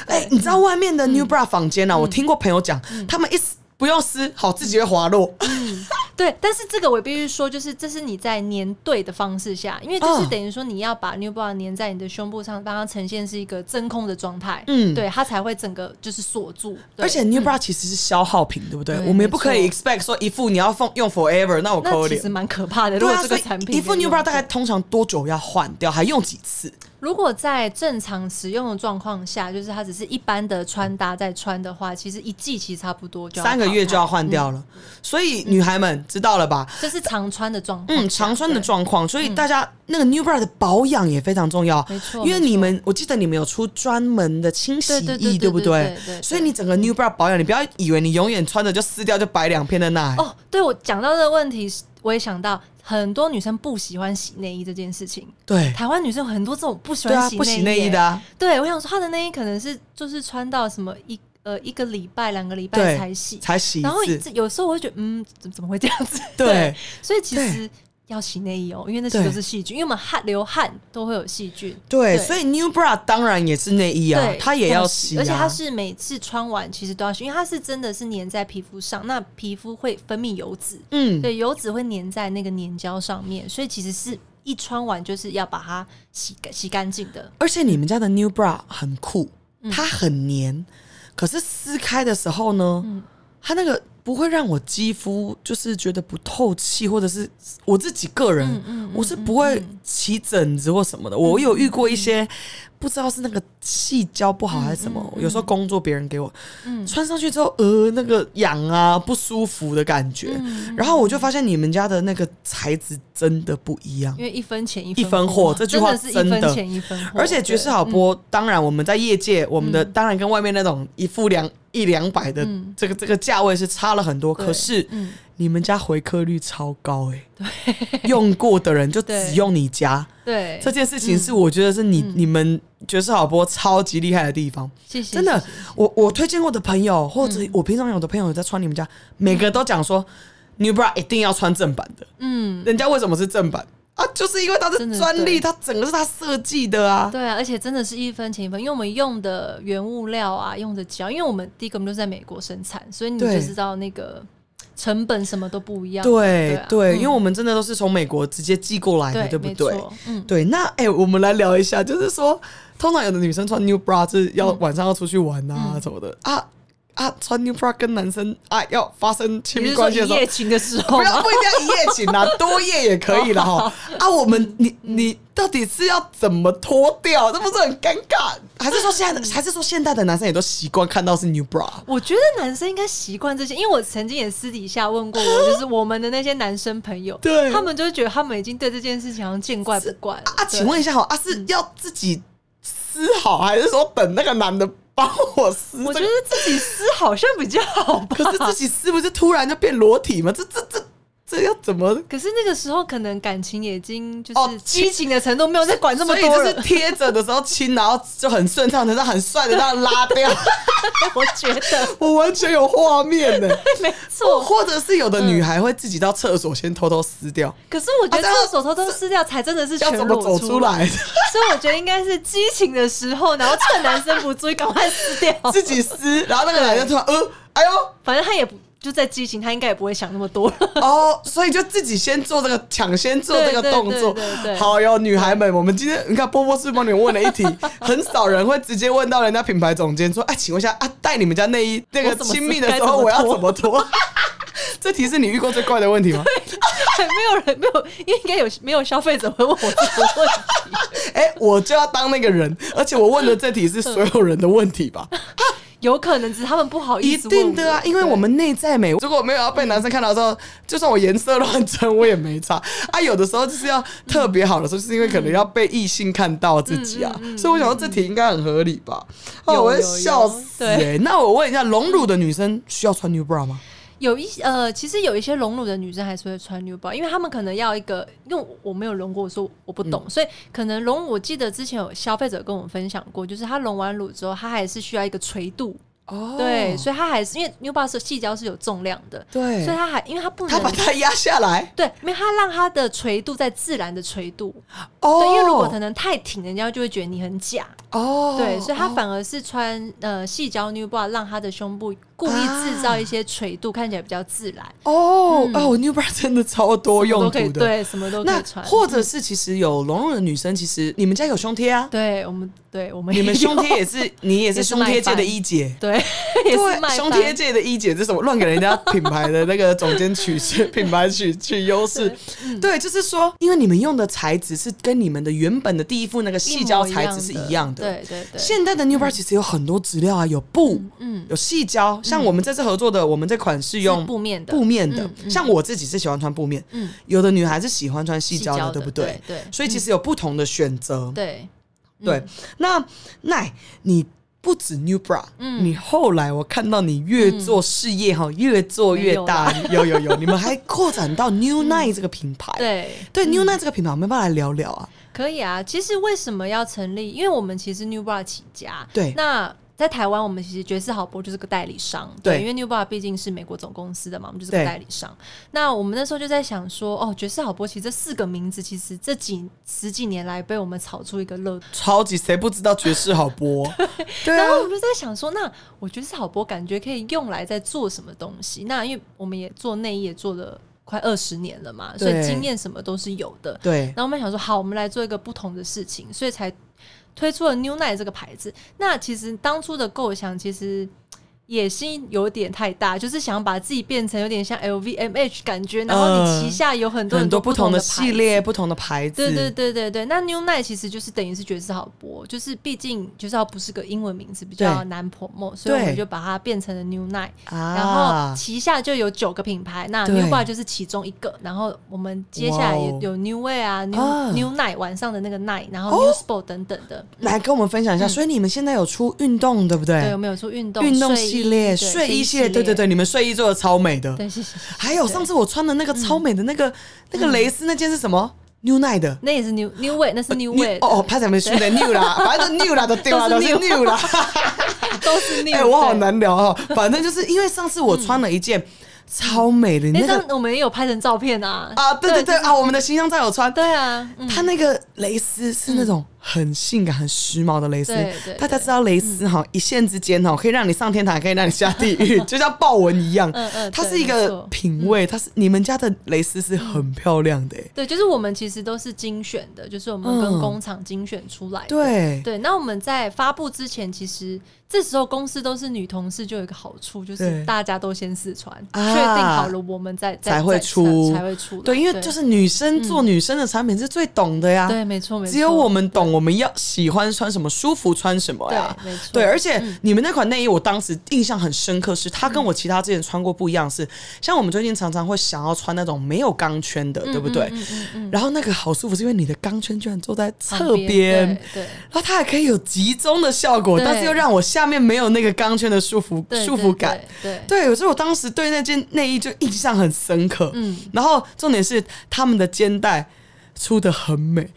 Speaker 1: 哎、你知道外面的
Speaker 2: 嗯
Speaker 1: New Bra 房间啊？我听过朋友讲，他们一撕不用撕，好自己会滑落。
Speaker 2: 对，对但是这个我必须说，就是这是你在粘对的方式下，因为就是
Speaker 1: 哦
Speaker 2: 等于说你要把 new bra 粘在你的胸部上，让它呈现是一个真空的状态，
Speaker 1: 嗯
Speaker 2: 对，它才会整个就是锁住。对
Speaker 1: 而且 New Bra 其实是消耗品，对不对？
Speaker 2: 对
Speaker 1: 我们也不可以
Speaker 2: 没
Speaker 1: expect 说一副你要放用 forever，那我
Speaker 2: 那
Speaker 1: 扣
Speaker 2: 其
Speaker 1: 脸
Speaker 2: 实。蛮可怕的，如
Speaker 1: 对
Speaker 2: 果
Speaker 1: 啊，
Speaker 2: 这
Speaker 1: 所
Speaker 2: 个
Speaker 1: 以
Speaker 2: 产品
Speaker 1: 一副
Speaker 2: 没
Speaker 1: New
Speaker 2: 有
Speaker 1: Bra 大概通常多久要换掉？还用几次？
Speaker 2: 如果在正常使用的状况下，就是它只是一般的穿搭在穿的话，其实一季其实差不多就要嗯
Speaker 1: 三个
Speaker 2: 淘汰
Speaker 1: 月就要，换掉了。所以女孩们知道了吧？
Speaker 2: 这是常穿的状况下。
Speaker 1: 嗯，常穿的
Speaker 2: 对
Speaker 1: 状况，所以大家那个 New Bra 的保养也非常重要，
Speaker 2: 嗯没错
Speaker 1: 因为你们我记得你们有出专门的清洗
Speaker 2: 对对
Speaker 1: 液，
Speaker 2: 对
Speaker 1: 不
Speaker 2: 对对对对
Speaker 1: 所以你整个 New Bra 保养，你不要以为你永远穿着就撕掉就摆两片在那，
Speaker 2: 哦，对我讲到这个问题，我也想到很多女生不喜欢洗内衣这件事情。
Speaker 1: 对
Speaker 2: 台湾女生有很多这种不喜
Speaker 1: 对
Speaker 2: 欢
Speaker 1: 啊，
Speaker 2: 洗
Speaker 1: 不洗
Speaker 2: 内
Speaker 1: 内衣
Speaker 2: 耶
Speaker 1: 的、啊，
Speaker 2: 对我想说她的内衣可能是就是穿到什么一呃一个礼拜、两个礼拜
Speaker 1: 对，
Speaker 2: 才洗，
Speaker 1: 才洗一
Speaker 2: 然后
Speaker 1: 次，
Speaker 2: 有时候我会觉得，嗯，怎怎么会这样子？
Speaker 1: 对，
Speaker 2: 所以其实要洗内衣哦，因为那些
Speaker 1: 对
Speaker 2: 都是细菌，因为我们汗流汗都会有细菌。
Speaker 1: 对，
Speaker 2: 对
Speaker 1: 所以 new bra 当然也是内衣啊
Speaker 2: 对，，
Speaker 1: 它也要洗、啊，
Speaker 2: 而且它是每次穿完其实都要洗，因为它是真的是粘在皮肤上，那皮肤会分泌油脂，
Speaker 1: 嗯，
Speaker 2: 对，油脂会粘在那个粘胶上面，所以其实是一穿完就是要把它洗干洗干净的。
Speaker 1: 而且你们家的 new bra 很酷，
Speaker 2: 嗯
Speaker 1: 它很黏，可是撕开的时候呢，
Speaker 2: 嗯
Speaker 1: 它那个不会让我肌肤就是觉得不透气，或者是我自己个人，
Speaker 2: 嗯嗯嗯嗯
Speaker 1: 我是不会起疹子或什么的。我有遇过一些。不知道是那个细胶不好还是什
Speaker 2: 嗯
Speaker 1: 么，有时候工作别人给我、穿上去之后，呃，那个痒啊，不舒服的感觉。
Speaker 2: 嗯
Speaker 1: 然后我就发现你们家的那个材质真的不一样
Speaker 2: 因，为一分钱一
Speaker 1: 一分货这句话
Speaker 2: 真的是一
Speaker 1: 真
Speaker 2: 分
Speaker 1: 的
Speaker 2: 钱一分货，
Speaker 1: 而且爵士
Speaker 2: 对嗯
Speaker 1: 好波，当然我们在业界，我们的当然跟外面那种一副两一两百的
Speaker 2: 嗯
Speaker 1: 这个这个价位是差了很多，
Speaker 2: 对
Speaker 1: 可是
Speaker 2: 嗯
Speaker 1: 你们家回客率超高哎， 用过的人就只
Speaker 2: 对
Speaker 1: 用你家，
Speaker 2: 对嗯
Speaker 1: 这件事情是我觉得是你你们爵士好波超级厉害的地方，
Speaker 2: 谢谢
Speaker 1: 真的
Speaker 2: 谢嗯谢，
Speaker 1: 我我推荐过的朋友，或者我平常有的朋友在穿你们家，每个都讲说 New Bra 一定要穿正版的，
Speaker 2: 嗯。
Speaker 1: 人家为什么是正版？啊，就是因为它
Speaker 2: 真
Speaker 1: 是
Speaker 2: 的
Speaker 1: 专利，
Speaker 2: 对
Speaker 1: 它整个是它设计的啊。
Speaker 2: 对啊，而且真的是一分钱一分，因为我们用的原物料啊，用的胶，因为我们第一个我们都在美国生产，所以你就
Speaker 1: 对
Speaker 2: 知道那个成本什么都不一样。
Speaker 1: 对
Speaker 2: 啊
Speaker 1: 对，
Speaker 2: 嗯
Speaker 1: 因为我们真的都是从美国直接寄过来的，
Speaker 2: 对
Speaker 1: 对不
Speaker 2: 没
Speaker 1: 对？
Speaker 2: 错嗯，
Speaker 1: 对，那哎、我们来聊一下，就是说，通常有的女生穿 new bra 就是要晚上要出去玩啊
Speaker 2: 嗯
Speaker 1: 什么的、啊啊，穿 new bra 跟男生啊要发生亲
Speaker 2: 你
Speaker 1: 密
Speaker 2: 是说
Speaker 1: 关系
Speaker 2: 一
Speaker 1: 的时候
Speaker 2: 夜，情的时候
Speaker 1: 不要
Speaker 2: 吗？
Speaker 1: 不一定要一夜情啦，多夜也可以啦哈。啊，我们你你到底是要怎么脱掉？这不是很尴尬？还是说现在的还是说现代的男生也都习惯看到是 new bra？
Speaker 2: 我觉得男生应该习惯这些，因为我曾经也私底下问过我，就是我们的那些男生朋友，
Speaker 1: 对
Speaker 2: 他们就会觉得他们已经对这件事情好像见怪不怪了。
Speaker 1: 啊，
Speaker 2: 对
Speaker 1: 请问一下哈，啊是要自己撕好，还是说等那个男的帮我撕？
Speaker 2: 我
Speaker 1: 这
Speaker 2: 觉
Speaker 1: 个
Speaker 2: 得自己撕好像比较好吧。
Speaker 1: 可是自己撕不就突然就变裸体吗？这这这这要怎么？
Speaker 2: 可是那个时候可能感情也已经就
Speaker 1: 哦
Speaker 2: 是激情的程度没有再管这么
Speaker 1: 所以
Speaker 2: 多
Speaker 1: 就
Speaker 2: 了，
Speaker 1: 是贴着的时候亲，然后就很顺畅，然后很帅的让它拉 掉。
Speaker 2: 我觉得
Speaker 1: 我完全有画面呢、
Speaker 2: 没
Speaker 1: 或
Speaker 2: 错。
Speaker 1: 或者是有的女孩会自己到厕所先偷偷撕掉，
Speaker 2: 可是我觉得
Speaker 1: 啊这样
Speaker 2: 厕所偷偷撕掉才真的是
Speaker 1: 要
Speaker 2: 全
Speaker 1: 怎么
Speaker 2: 裸
Speaker 1: 走
Speaker 2: 出
Speaker 1: 出，来？
Speaker 2: 所以我觉得应该是激情的时候，然后趁男生不注意赶快撕掉。
Speaker 1: 自己撕，然后那个男的突然呃，哎呦，
Speaker 2: 反正他也不就在激情，他应该也不会想那么多。
Speaker 1: 哦，所以就自己先做这个，抢先做这个
Speaker 2: 对对
Speaker 1: 动作
Speaker 2: 对对。对
Speaker 1: 好哟，女孩们，我们今天你看波波是不是帮你们问了一题，很少人会直接问到人家品牌总监说：“哎，请问一下啊，带你们家内 衣那个
Speaker 2: 我怎么
Speaker 1: 亲密的时
Speaker 2: 该怎
Speaker 1: 候，
Speaker 2: 么
Speaker 1: 我要
Speaker 2: 脱
Speaker 1: 怎么脱？” 这题是你遇过最怪的问题 吗？
Speaker 2: 还没有人没有，应该有没有消费者会问我这个问题？
Speaker 1: 哎、我就要当那个人，而且我问的这题 是
Speaker 2: 嗯
Speaker 1: 所有人的问题吧？
Speaker 2: 有可能只是他们不好
Speaker 1: 一
Speaker 2: 意思问
Speaker 1: 定的啊，因为我们内在美，如果没有要被男生看到的时候， 就算我颜色乱真，我也没差 啊。有的时候就是要特别好的时候，就是因为可能要被异性看到自己啊，所以我想说这题应该很合理吧？哦、
Speaker 2: 有
Speaker 1: 我会
Speaker 2: 有有
Speaker 1: 笑死
Speaker 2: 对
Speaker 1: 哎、那我问一下，隆乳的女生需要穿 new bra 吗？
Speaker 2: 有一些呃，其实有一些隆乳的女生还是会穿 new bra，因为她们可能要一个，因为我没有隆过，我说我不
Speaker 1: 嗯
Speaker 2: 懂，所以可能隆，我记得之前有消费者跟我分享过，就是她隆完乳之后，她还是需要一个垂度，
Speaker 1: 哦，
Speaker 2: 对，所以她还是因为 new bra 是细胶是有重量的，
Speaker 1: 对
Speaker 2: 所以她还因为她不
Speaker 1: 她把
Speaker 2: 能。
Speaker 1: 它压下来
Speaker 2: 对，因为她让她的垂度在自然的垂度，
Speaker 1: 哦，
Speaker 2: 对，因为如果可能太挺，人家就会觉得你很假，
Speaker 1: 哦，
Speaker 2: 对，所以她
Speaker 1: 哦
Speaker 2: 反而是穿呃细胶 new bra，让她的胸部故意制
Speaker 1: 啊
Speaker 2: 造一些垂度，看起来比较自然。
Speaker 1: 哦、哦，new bra 真的超多
Speaker 2: 什么
Speaker 1: 用
Speaker 2: 都
Speaker 1: 途
Speaker 2: 可以
Speaker 1: 的。
Speaker 2: 对，什么都可
Speaker 1: 那
Speaker 2: 以穿。
Speaker 1: 或者是其实有隆乳的女生，其实你们家有胸贴啊？
Speaker 2: 对我们，对我们
Speaker 1: 你们
Speaker 2: 也
Speaker 1: 胸
Speaker 2: 有
Speaker 1: 贴也是，你也是
Speaker 2: 也是
Speaker 1: 胸贴界
Speaker 2: 卖
Speaker 1: 的
Speaker 2: 翻
Speaker 1: 一姐。
Speaker 2: 对，也是卖
Speaker 1: 对，胸贴
Speaker 2: 翻
Speaker 1: 界的一姐，这是什么乱给人家品牌的那个总监取是品牌取取优势？
Speaker 2: 嗯
Speaker 1: 对，就是说，因为你们用的材质是跟你们的原本的第一副那个
Speaker 2: 一模
Speaker 1: 细胶
Speaker 2: 一
Speaker 1: 材
Speaker 2: 样
Speaker 1: 质是
Speaker 2: 的
Speaker 1: 一样的。
Speaker 2: 嗯对对对，
Speaker 1: 现在的 New Bar 其实有很多质料啊，有布，
Speaker 2: 嗯
Speaker 1: 有细胶，像我们这次合作的，我们这款是用
Speaker 2: 是布面的
Speaker 1: 布面的
Speaker 2: 嗯。嗯
Speaker 1: 像我自己是喜欢穿布面，
Speaker 2: 嗯
Speaker 1: 有的女孩是喜欢穿细
Speaker 2: 细
Speaker 1: 胶的，
Speaker 2: 胶
Speaker 1: 对
Speaker 2: 的
Speaker 1: 不对？
Speaker 2: 对对
Speaker 1: 所以其实有不同的选择。
Speaker 2: 对
Speaker 1: 对，那奈你。不止 New Bra，、你后来我看到你越做事业哈、越做越大，有有有，你们还扩展到 New Night 这个品牌，
Speaker 2: 对，
Speaker 1: 对 New Night 这个品牌，我们要不要来聊聊啊？
Speaker 2: 可以啊。其实为什么要成立？因为我们其实 New Bra 起家，
Speaker 1: 对
Speaker 2: 那。在台湾，我们其实爵士好波就是个代理商，
Speaker 1: 对
Speaker 2: 因为 New Bar 毕竟是美国总公司的嘛，我们就是
Speaker 1: 对
Speaker 2: 个代理商。那我们那时候就在想说，哦，爵士好波其实这四个名字，其实这几十几年来被我们炒出一个热度。
Speaker 1: 超级谁不知道爵士好播？对
Speaker 2: 然
Speaker 1: 啊
Speaker 2: 后，我们就在想说，那我爵士好波感觉可以用来在做什么东西？那因为我们也做内衣，也做了快二十年了嘛，所
Speaker 1: 对
Speaker 2: 以经验什么都是有的。
Speaker 1: 对
Speaker 2: 然后我们想说，好，我们来做一个不同的事情，所以才推出了 New Night 这个牌子。那其实当初的构想，其实野心有点太大，就是想把自己变成有点像 LVMH 感觉，然后你旗下有很多
Speaker 1: 嗯很
Speaker 2: 多
Speaker 1: 多
Speaker 2: 不
Speaker 1: 不同
Speaker 2: 的
Speaker 1: 的
Speaker 2: 牌
Speaker 1: 系
Speaker 2: 子
Speaker 1: 列、不同的牌子，
Speaker 2: 对对对对对，那 New Night 其实就是等于是爵士好播，就是毕竟爵士好不是个英文名字，比较
Speaker 1: 对
Speaker 2: 难 promote，所以我们
Speaker 1: 对
Speaker 2: 就把它变成了 New Night。
Speaker 1: 啊，
Speaker 2: 然后旗下就有九个品牌，那
Speaker 1: 对
Speaker 2: New Bar 就是其中一个。然后我们接下来也
Speaker 1: 哇哦
Speaker 2: 有 New Way 啊、New
Speaker 1: 啊
Speaker 2: New Night 晚上的那个 Night，然后
Speaker 1: 哦
Speaker 2: New Sport 等等的。
Speaker 1: 来跟我们分享一下。所以你们现在有出运动，对不
Speaker 2: 对，
Speaker 1: 对
Speaker 2: 有？没有说运动
Speaker 1: 运动
Speaker 2: 睡衣
Speaker 1: 系列、
Speaker 2: 对
Speaker 1: 睡衣系
Speaker 2: 系
Speaker 1: 列，对对
Speaker 2: 对
Speaker 1: 对，你们睡衣做的超美的。
Speaker 2: 对，谢谢。
Speaker 1: 还有
Speaker 2: 对嗯
Speaker 1: 上次我穿的那个超美的那个那个蕾丝那件是什么？New Night 的。
Speaker 2: 那也是 New New Way，那是 New
Speaker 1: New
Speaker 2: Way，
Speaker 1: 哦，哦拍什么书的 New 啦，反正都 New 啦，都丢啦，都
Speaker 2: 都
Speaker 1: 是
Speaker 2: 是
Speaker 1: New 啦。
Speaker 2: 都是 New
Speaker 1: 哎，
Speaker 2: 对。
Speaker 1: 我好难聊哦。反正就是因为上次我穿了一件超美的
Speaker 2: 哎。
Speaker 1: 那
Speaker 2: 那
Speaker 1: 个
Speaker 2: 张我们也有拍成照片啊。
Speaker 1: 啊，对对对啊，我们的形象在有穿，
Speaker 2: 对啊，嗯
Speaker 1: 它那个蕾丝是那种很性感、很时髦的蕾丝
Speaker 2: 对嗯对。
Speaker 1: 大家知道蕾丝哈，一线之间哈，可以让你上天堂，可以让你下地 狱，就像豹纹一样
Speaker 2: 嗯。嗯
Speaker 1: 它
Speaker 2: 对
Speaker 1: 是一
Speaker 2: 没
Speaker 1: 个
Speaker 2: 错嗯
Speaker 1: 品味，它是你们家的蕾丝是很漂亮的。欸
Speaker 2: 对，就是我们其实都是精选的，就是我们
Speaker 1: 嗯
Speaker 2: 跟工厂精选出来的。
Speaker 1: 对，
Speaker 2: 对，那我们在发布之前，其实这时候公司都是女同事，就有一个好处，就
Speaker 1: 对
Speaker 2: 是大家都先试穿，
Speaker 1: 啊
Speaker 2: 确定好了，我们再再
Speaker 1: 才会
Speaker 2: 再
Speaker 1: 出
Speaker 2: 才会出来。啊
Speaker 1: 对，因为就是女生做女生的产品是最懂的呀。
Speaker 2: 嗯对，没错，没错，
Speaker 1: 只有我们懂我们要喜欢穿什么，舒服穿什么
Speaker 2: 对
Speaker 1: 呀。，
Speaker 2: 没错，嗯
Speaker 1: 对，而且你们那款内衣，我当时印象很深刻，是它跟我其他之前穿过不一样是，像我们最近常常会想要穿那种没有钢圈的，对不对？
Speaker 2: 嗯嗯嗯，
Speaker 1: 然后那个好舒服，是因为你的钢圈居然坐在侧
Speaker 2: 旁
Speaker 1: 边，
Speaker 2: 边，对
Speaker 1: 然后它还可以有集中的效果，
Speaker 2: 对
Speaker 1: 但是又让我下面没有那个钢圈的束缚
Speaker 2: 对，
Speaker 1: 束缚感。
Speaker 2: 对，对，对
Speaker 1: 对，所以我当时对那件内衣就印象很深刻。嗯
Speaker 2: 嗯，
Speaker 1: 然后重点是他们的肩带出的很美，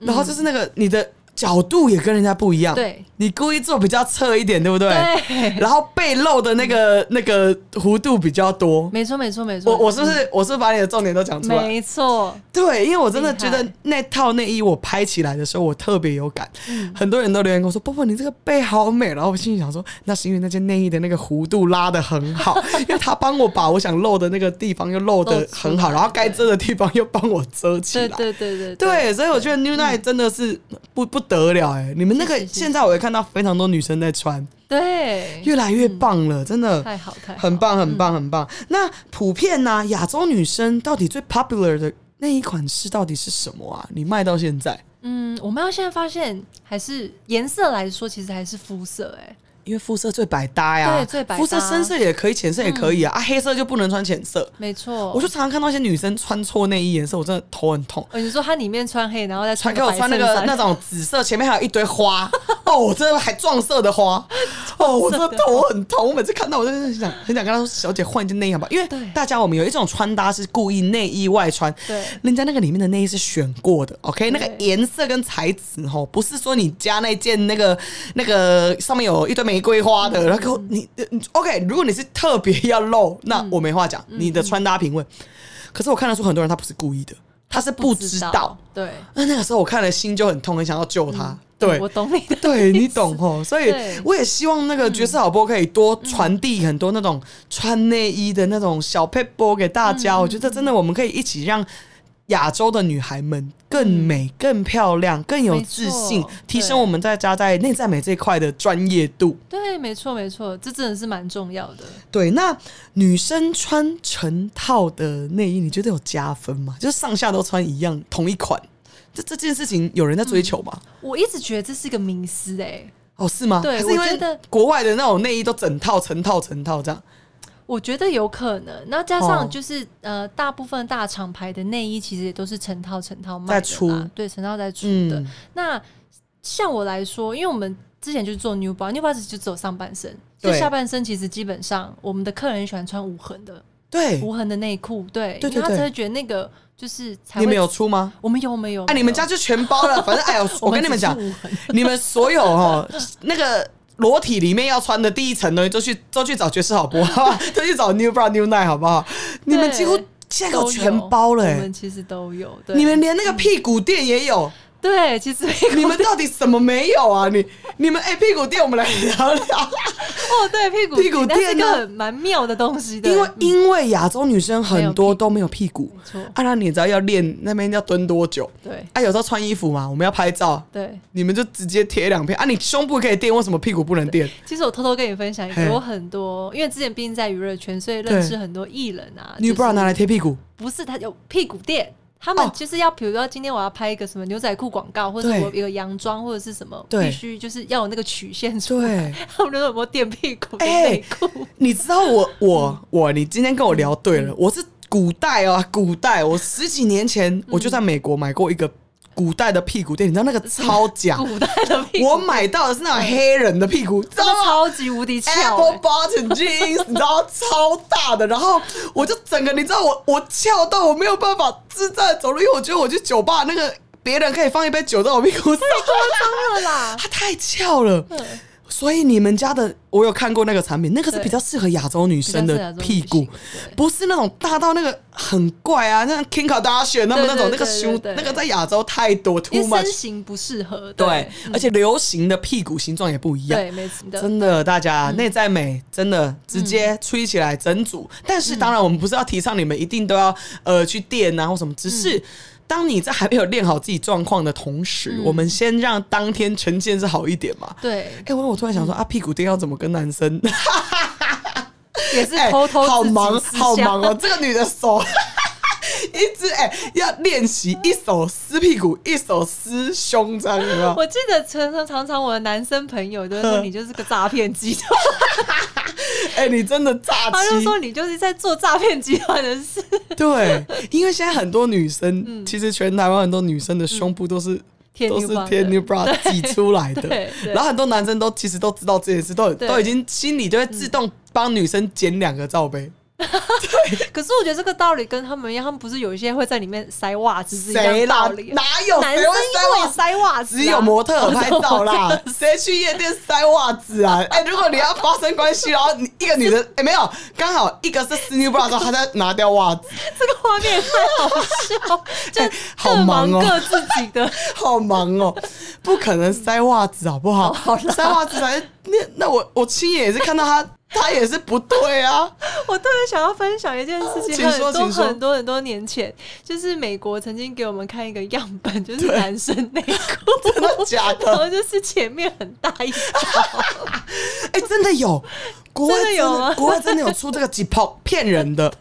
Speaker 1: 然后就是那个你的角度也跟人家不一样。
Speaker 2: 嗯对，
Speaker 1: 你故意做比较侧一点，对不对？
Speaker 2: 对
Speaker 1: 然后背露的那个那个弧度比较多。
Speaker 2: 没错，没错，没错，
Speaker 1: 我我是不是我是不是把你的重点都讲出来？
Speaker 2: 没错，
Speaker 1: 对，因为我真的觉得
Speaker 2: 厉害
Speaker 1: 那套内衣我拍起来的时候，我特别有感。
Speaker 2: 嗯
Speaker 1: 很多人都留言跟我说：“波波，你这个背好美。”哦然后我心里想说：“那是因为那件内衣的那个弧度拉的很 好，因为他帮我把我想露的那个地方又露的
Speaker 2: 露出
Speaker 1: 很好，
Speaker 2: 来
Speaker 1: 然后该遮的地方又帮我遮起来。
Speaker 2: 对对对对
Speaker 1: 对，所以我觉得 New Night 真的是不不得了哎、你们那
Speaker 2: 谢
Speaker 1: 个
Speaker 2: 谢谢谢嗯
Speaker 1: 现在我也看到非常多女生在穿，
Speaker 2: 对，
Speaker 1: 越来越棒了，真的
Speaker 2: 太好太好，
Speaker 1: 很棒，很棒，很棒。那普遍呢、亚洲女生到底最 popular 的那一款式到底是什么啊？你卖到现在，
Speaker 2: 嗯，我们要现在发现，还是颜色来说，其实还是肤色、哎，
Speaker 1: 因为肤色最百搭呀，
Speaker 2: 对最百搭
Speaker 1: 肤色深色也可以，浅色也可以啊，啊，黑色就不能穿浅色。
Speaker 2: 没错。
Speaker 1: 我就常常看到一些女生穿错内衣颜色，我真的头很痛。
Speaker 2: 哦，你说它里面穿黑，然后再
Speaker 1: 穿
Speaker 2: 穿
Speaker 1: 给我
Speaker 2: 白
Speaker 1: 穿那
Speaker 2: 衬
Speaker 1: 个
Speaker 2: 衫
Speaker 1: 那 种紫色，前面还有一堆花哦，我真的还撞色的花哦，我真的头很痛。我每次看到我真的很想很想跟她说：“小姐换一件内衣好不好？”因为
Speaker 2: 对
Speaker 1: 大家我们有一种穿搭是故意内衣外穿，
Speaker 2: 对
Speaker 1: 人家那个里面的内衣是选过的，OK，那个
Speaker 2: 对
Speaker 1: 颜色跟材质哦，不是说你加那件那个那个上面有一堆玫瑰花
Speaker 2: 嗯
Speaker 1: 的，然后给我你呃你 OK，如果你是特别要露，
Speaker 2: 嗯
Speaker 1: 那我没话讲，你的穿搭品味。可是我看得出很多人他不是故意的，他是不知道。，
Speaker 2: 对，
Speaker 1: 那那个时候我看了心就很痛，很想要救他。对
Speaker 2: 嗯我，懂你 的，
Speaker 1: 对你懂吼，所以
Speaker 2: 对
Speaker 1: 我也希望那个爵士好波可以多传递很多那种穿内衣的那种小 p e p e 给大
Speaker 2: 嗯
Speaker 1: 家。我觉得真的我们可以一起让。亚洲的女孩们更美、更漂亮、更有自信
Speaker 2: 嗯没错，
Speaker 1: 提升我们大家在内在美这一块的专业度。
Speaker 2: 对，没错没错，这真的是蛮重要的。
Speaker 1: 对，那女生穿成套的内衣，你觉得有加分吗？就是上下都穿一样，同一款，这这件事情有人在追求吗？
Speaker 2: 我一直觉得这是一个迷思、哎，
Speaker 1: 哦，是吗？
Speaker 2: 对
Speaker 1: 还是因
Speaker 2: 我
Speaker 1: 为
Speaker 2: 觉得
Speaker 1: 国外的那种内衣都整套、成套、成套这样。
Speaker 2: 我觉得有可能。那加上
Speaker 1: 哦
Speaker 2: 就是、呃，大部分大厂牌的内衣其实也都是成套成套卖
Speaker 1: 在
Speaker 2: 的
Speaker 1: 出
Speaker 2: 啦，对，成套在出的。
Speaker 1: 嗯，
Speaker 2: 那像我来说，因为我们之前就是做 New Bar，New Bar 就只有上半身，所以
Speaker 1: 对
Speaker 2: 下半身其实基本上我们的客人很喜欢穿无痕的
Speaker 1: 对，
Speaker 2: 无痕的内裤，对，
Speaker 1: 对对
Speaker 2: 因为他
Speaker 1: 对
Speaker 2: 才会觉得那个就是才
Speaker 1: 你
Speaker 2: 会
Speaker 1: 们有出吗？啊
Speaker 2: 我们有，我们有。
Speaker 1: 哎、你们家就全包了，反正哎呦，我跟你们讲
Speaker 2: 我，们只是无痕
Speaker 1: 你们所有哦，那个裸体里面要穿的第一层呢，就去就去找爵士好波，好 吧？就去找 New Bra New Night 好不好？你们几乎现在给我全包了、
Speaker 2: 我
Speaker 1: 欸
Speaker 2: 们，其实都有。对
Speaker 1: 你们连那个屁股垫也有，
Speaker 2: 对，其实屁股
Speaker 1: 你们到底什么没有啊？你你们哎、屁股垫我们来聊聊，
Speaker 2: 哦，对屁股
Speaker 1: 屁股
Speaker 2: 但是一
Speaker 1: 垫呢
Speaker 2: 个很蛮妙的东西的，
Speaker 1: 因为
Speaker 2: 嗯
Speaker 1: 因为亚洲女生很多都没有屁股
Speaker 2: 没，错，
Speaker 1: 啊，那你知道要练那边要蹲多久？
Speaker 2: 对
Speaker 1: 啊，有时候穿衣服嘛，我们要拍照，
Speaker 2: 对。
Speaker 1: 你们就直接贴两片啊！你胸部可以垫，为什么屁股不能垫？
Speaker 2: 其实我偷偷跟你分享一
Speaker 1: 嘿
Speaker 2: 个，我很多因为之前毕竟在娱乐圈，所以认识很多艺人啊。
Speaker 1: 你不
Speaker 2: 就是
Speaker 1: 然拿来贴屁股？
Speaker 2: 不是他有屁股垫，他们
Speaker 1: 哦
Speaker 2: 就是要，比如说今天我要拍一个什么牛仔裤广告，或者
Speaker 1: 对
Speaker 2: 我有洋装或者是什么，
Speaker 1: 对
Speaker 2: 必须就是要有那个曲线出来。
Speaker 1: 对，
Speaker 2: 他们都有没有垫屁股的
Speaker 1: 哎
Speaker 2: 内裤？
Speaker 1: 你知道我我我，你今天跟我聊对
Speaker 2: 嗯
Speaker 1: 了，我是古代啊，古代，我十几年
Speaker 2: 嗯
Speaker 1: 前我就在美国买过一个古代的屁股垫，你知道那个超假，
Speaker 2: 古代的屁股，
Speaker 1: 我买到的是那种黑人的屁股，知
Speaker 2: 真
Speaker 1: 道
Speaker 2: 的
Speaker 1: 吗？
Speaker 2: 超级
Speaker 1: 哎
Speaker 2: 无敌 翘、
Speaker 1: Apple
Speaker 2: 欸。
Speaker 1: button jeans，你知道超大的，然后我就整个你知道我我翘到我没有办法自在地走路，因为我觉得我去酒吧那个别人可以放一杯酒在我屁股 上，
Speaker 2: 真的啦，
Speaker 1: 它太翘了。
Speaker 2: 嗯
Speaker 1: 所以你们家的我有看过那个产品，那个是
Speaker 2: 对
Speaker 1: 比较适合亚洲女生
Speaker 2: 比较适合
Speaker 1: 的
Speaker 2: 亚洲女
Speaker 1: 屁股
Speaker 2: 性，对
Speaker 1: 不是那种大到那个很怪啊，像 Kim Kardashian 他们那种那
Speaker 2: 对对
Speaker 1: 个
Speaker 2: 对
Speaker 1: 胸
Speaker 2: 对对
Speaker 1: 那个在亚洲太多 too
Speaker 2: 因为
Speaker 1: much
Speaker 2: 身。形不适合。
Speaker 1: 对，
Speaker 2: 嗯
Speaker 1: 而且流行的屁股形状也不一样。
Speaker 2: 对，没错嗯的。
Speaker 1: 真的，大家内在美真的直接吹起来整组。但是当然，我们不是要提倡你们一定都要呃去练啊或什么，只
Speaker 2: 嗯
Speaker 1: 是。当你在还没有练好自己状况的同时，我们先让当天呈现是好一点嘛。
Speaker 2: 对嗯
Speaker 1: 哎、，我我突然想说、啊，屁股垫要怎么跟男 生？
Speaker 2: 也是
Speaker 1: 哎，
Speaker 2: 偷偷、
Speaker 1: 好忙好忙哦，这个女的手。 一直哎、要练习一手撕屁股，一手撕胸，这样有没有？
Speaker 2: 我记得常常常常我的男生朋友都会说
Speaker 1: 嗯
Speaker 2: 你就是个诈骗 集团，
Speaker 1: 哎、你真的炸
Speaker 2: 他就
Speaker 1: 鸡！
Speaker 2: 说你就是在做诈骗集团的 事。
Speaker 1: 对，因为现在很多女生，其实全台湾很多女生的胸部都是。
Speaker 2: 嗯贴
Speaker 1: 都
Speaker 2: New
Speaker 1: 是
Speaker 2: Bra
Speaker 1: 贴
Speaker 2: 的
Speaker 1: New Bra 挤出来的
Speaker 2: 对，对
Speaker 1: 然后很多男生都其实都知道这件事，都
Speaker 2: 对嗯
Speaker 1: 都已经心里就会自动帮女生剪两个罩杯。
Speaker 2: 可是我觉得这个道理跟他们一样，他们不是有一些会在里面塞袜子是一
Speaker 1: 谁
Speaker 2: 样
Speaker 1: 啦
Speaker 2: 道理？？
Speaker 1: 哪有
Speaker 2: 男生
Speaker 1: 谁会塞袜子？
Speaker 2: 会
Speaker 1: 啊
Speaker 2: 塞袜子啊，
Speaker 1: 只有模特儿拍照啦，谁去夜店塞袜子 啊？哎，如果你要发生关系，然后你一个女的，哎，没有，刚好一个是 s n e w bra 的时候，她在拿掉袜子，哎
Speaker 2: 这个画面也太好笑，就
Speaker 1: 好
Speaker 2: 各忙
Speaker 1: 忙哦
Speaker 2: 各自己的。
Speaker 1: 好忙哦，不可能塞袜子好不 好？塞袜子才那那我我亲眼也是看到她，她也是不对啊。
Speaker 2: 我特别想要分享一件事情，
Speaker 1: 请
Speaker 2: 很
Speaker 1: 说
Speaker 2: 多
Speaker 1: 请说
Speaker 2: 很多很多年前，就是美国曾经给我们看一个样本，就是男生内裤，
Speaker 1: 真的假的哦
Speaker 2: 然后就是前面很大一条，
Speaker 1: 哎、真的有，国外
Speaker 2: 真的有吗
Speaker 1: 国外真的有出这个几泡骗人的，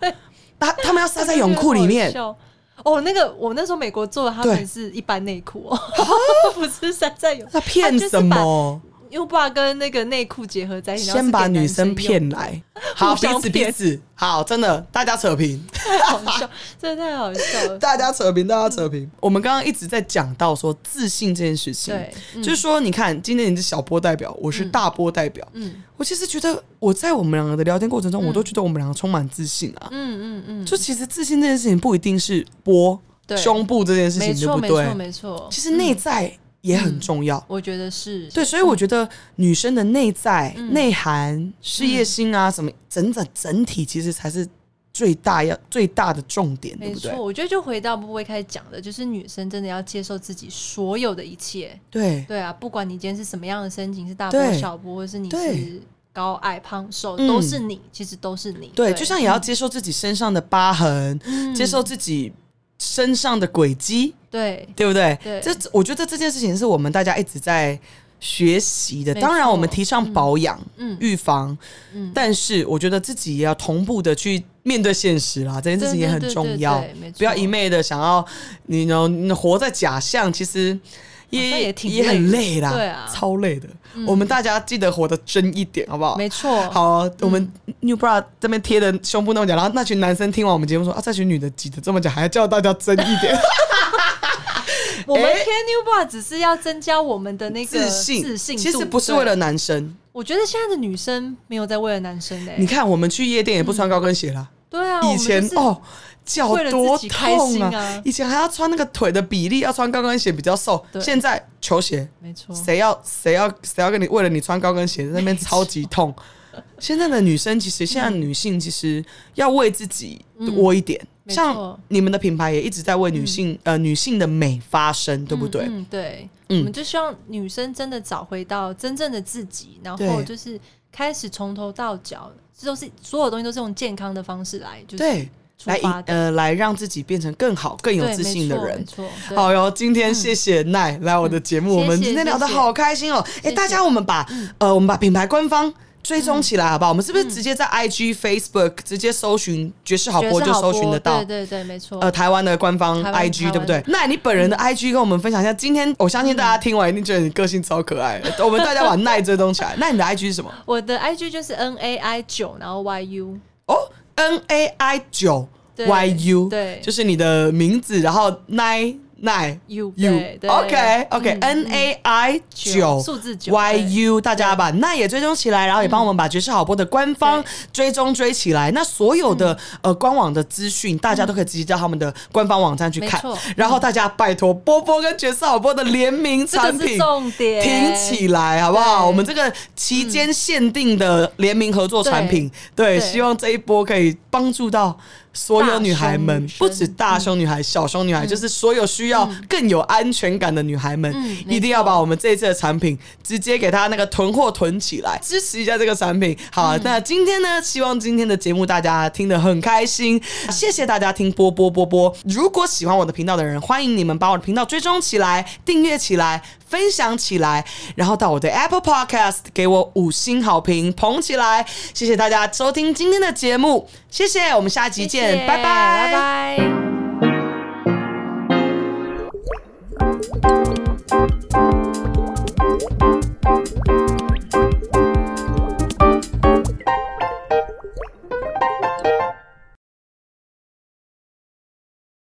Speaker 1: 他他们要塞在泳裤里面
Speaker 2: 我觉，得很好笑。哦，那个我那时候美国做的，他
Speaker 1: 对啊
Speaker 2: 们是一般内裤哦， 不是塞在泳，
Speaker 1: 那骗什么？
Speaker 2: 优巴跟那个内裤结合在一起，然后
Speaker 1: 先
Speaker 2: 是
Speaker 1: 把
Speaker 2: 给男
Speaker 1: 女
Speaker 2: 生
Speaker 1: 生
Speaker 2: 用
Speaker 1: 骗来，好
Speaker 2: 互
Speaker 1: 彼
Speaker 2: 相
Speaker 1: 此
Speaker 2: 骗
Speaker 1: 彼此，好，真的大家扯平，
Speaker 2: 太好笑，真的太好笑 了。
Speaker 1: 大家扯平，大家扯平。嗯我们刚刚一直在讲到说自信这件事情，
Speaker 2: 对嗯
Speaker 1: 就是说你看今天你是小波代表，我是大波代表，
Speaker 2: 嗯
Speaker 1: 我其实觉得我在我们两个的聊天过程中，我都觉得我们两个充满自信啊，
Speaker 2: 嗯嗯嗯，
Speaker 1: 就其实自信这件事情不一定是波
Speaker 2: 对
Speaker 1: 胸部这件事
Speaker 2: 没
Speaker 1: 情，对
Speaker 2: 错
Speaker 1: 不
Speaker 2: 没错
Speaker 1: 对？
Speaker 2: 没错，
Speaker 1: 其实内在也很重要。
Speaker 2: 我觉得是
Speaker 1: 对，所以我觉得女生的内在、
Speaker 2: 嗯
Speaker 1: 内涵、事业心啊，什么整整整体，其实才是最大要最大的重点，对
Speaker 2: 没
Speaker 1: 不
Speaker 2: 错
Speaker 1: 对，？
Speaker 2: 我觉得就回到不会开始讲的，就是女生真的要接受自己所有的一切。
Speaker 1: 对
Speaker 2: 对啊，不管你今天是什么样的身形，是大波
Speaker 1: 对
Speaker 2: 小波，或是你
Speaker 1: 对
Speaker 2: 是高矮胖瘦，
Speaker 1: 嗯
Speaker 2: 都是你，其实都是你。
Speaker 1: 对，就像也要
Speaker 2: 嗯
Speaker 1: 接受自己身上的疤痕，接受自己身上的轨迹，
Speaker 2: 对
Speaker 1: 对不对？
Speaker 2: 对
Speaker 1: 这我觉得这件事情是我们大家一直在学习的。
Speaker 2: 没
Speaker 1: 当然，
Speaker 2: 错
Speaker 1: 我们提倡保养、
Speaker 2: 嗯
Speaker 1: 预防，
Speaker 2: 嗯
Speaker 1: 但是我觉得自己也要同步的去面对现实啦，这件事情也很重要
Speaker 2: 对对对对对没。错
Speaker 1: 不要一昧的想要你呢活在假象，其实。
Speaker 2: 好像
Speaker 1: 也
Speaker 2: 也挺
Speaker 1: 也很累啦，
Speaker 2: 对啊
Speaker 1: 超累的。我们大家记得活得真一点，好不好？
Speaker 2: 没错。
Speaker 1: 好，我们 New Bra 这边贴的胸部那么假，然后那群男生听完我们节目说啊，这群女的挤得这么假，还要叫大家真一点。
Speaker 2: 我们
Speaker 1: 哎
Speaker 2: 贴 New Bar 只是要增加我们的那个
Speaker 1: 自信，
Speaker 2: 自信度，
Speaker 1: 其实不是为了
Speaker 2: 对。
Speaker 1: 男生。
Speaker 2: 我觉得现在的女生没有在为了男生嘞、欸
Speaker 1: 你看，我们去夜店也不穿高跟鞋啦，
Speaker 2: 对啊，
Speaker 1: 以前、
Speaker 2: 我们就是
Speaker 1: 哦，脚
Speaker 2: 为了
Speaker 1: 多
Speaker 2: 自己开
Speaker 1: 痛
Speaker 2: 心
Speaker 1: 啊！
Speaker 2: 啊
Speaker 1: 以前还要穿那个腿的比例，要穿高跟鞋比较瘦。
Speaker 2: 对
Speaker 1: 现在球鞋，
Speaker 2: 没错，
Speaker 1: 谁要谁要谁要跟你为了你穿高跟鞋在那边超级 痛。现在的女生其实，现在的女性其实要为自己多一点。
Speaker 2: 嗯没错嗯
Speaker 1: 像你们的品牌也一直在为女性、呃女性的美发声，对不对？
Speaker 2: 嗯，嗯对，
Speaker 1: 嗯
Speaker 2: 我们就希望女生真的找回到真正的自己，然后
Speaker 1: 对
Speaker 2: 就是开始从头到脚，这都是所有东西都是用健康的方式来，就是
Speaker 1: 对，
Speaker 2: 嗯出
Speaker 1: 来
Speaker 2: 发
Speaker 1: 引
Speaker 2: 的，
Speaker 1: 呃来让自己变成更好、更有
Speaker 2: 对
Speaker 1: 自
Speaker 2: 没
Speaker 1: 信的
Speaker 2: 错
Speaker 1: 人
Speaker 2: 没。错，对
Speaker 1: 好哟，今天谢谢奈来我的节目，
Speaker 2: 嗯
Speaker 1: 我们
Speaker 2: 谢谢
Speaker 1: 今天聊得
Speaker 2: 谢谢
Speaker 1: 好开心哦。哎，
Speaker 2: 谢嗯
Speaker 1: 大家我们把呃我们把品牌官方。追踪起来好不好？我们是不是直接在 IG、Facebook 直接搜寻“爵士好
Speaker 2: 嗯爵
Speaker 1: 播”
Speaker 2: 士
Speaker 1: 就
Speaker 2: 好
Speaker 1: 搜寻
Speaker 2: 播
Speaker 1: 得到
Speaker 2: 对？对对，没错，
Speaker 1: 呃，台湾的官方
Speaker 2: 台湾
Speaker 1: IG
Speaker 2: 台湾嗯
Speaker 1: 对不对？那你本人的 IG 跟我们分享一下。今天我相信大家听完一定觉得你个性超可爱的。我们大家把奈追踪起来。那你的 IG 是什么？
Speaker 2: 我的 IG 就是 N A I 九，然后 Y U，
Speaker 1: 哦，N A I 九
Speaker 2: 对
Speaker 1: Y U，
Speaker 2: 对
Speaker 1: 就是你的名字，然后奈奈
Speaker 2: You，
Speaker 1: U
Speaker 2: 对对
Speaker 1: OK OK
Speaker 2: 嗯
Speaker 1: N A I
Speaker 2: 九
Speaker 1: 九
Speaker 2: 数字九
Speaker 1: Y U，大家把那也追踪起来，然后也帮我们把爵士好播的官方
Speaker 2: 对嗯
Speaker 1: 追踪追起来。那所有的呃官网的资讯，大家都可以直接到他们的官方网站去看
Speaker 2: 没错。
Speaker 1: 然后大家拜托波波跟爵士好播的联名
Speaker 2: 这个
Speaker 1: 产
Speaker 2: 是
Speaker 1: 品。
Speaker 2: 重点，
Speaker 1: 挺起来好不好？
Speaker 2: 对
Speaker 1: 我们这个期间限定的联名合作产品，对，
Speaker 2: 嗯对
Speaker 1: 希望这一波可以帮助到所有女孩
Speaker 2: 大
Speaker 1: 们
Speaker 2: 胸女，生
Speaker 1: 不止大胸女孩、小胸女孩，就是所有需要更有安全感的女孩们
Speaker 2: 嗯，
Speaker 1: 一定要把我们这一次的产品直接给它那个囤货囤起来，支持一下这个产品。
Speaker 2: 嗯
Speaker 1: 好，那今天呢，希望今天的节目大家听得很开心，
Speaker 2: 嗯
Speaker 1: 谢谢大家听波波波波。如果喜欢我的频道的人，欢迎你们把我的频道追踪起来、订阅起来、分享起来，然后到我的 Apple Podcast 给我五星好评，捧起来。谢谢大家收听今天的节目，谢谢，我们下集
Speaker 2: 谢谢，
Speaker 1: 见，拜拜，
Speaker 2: 拜拜。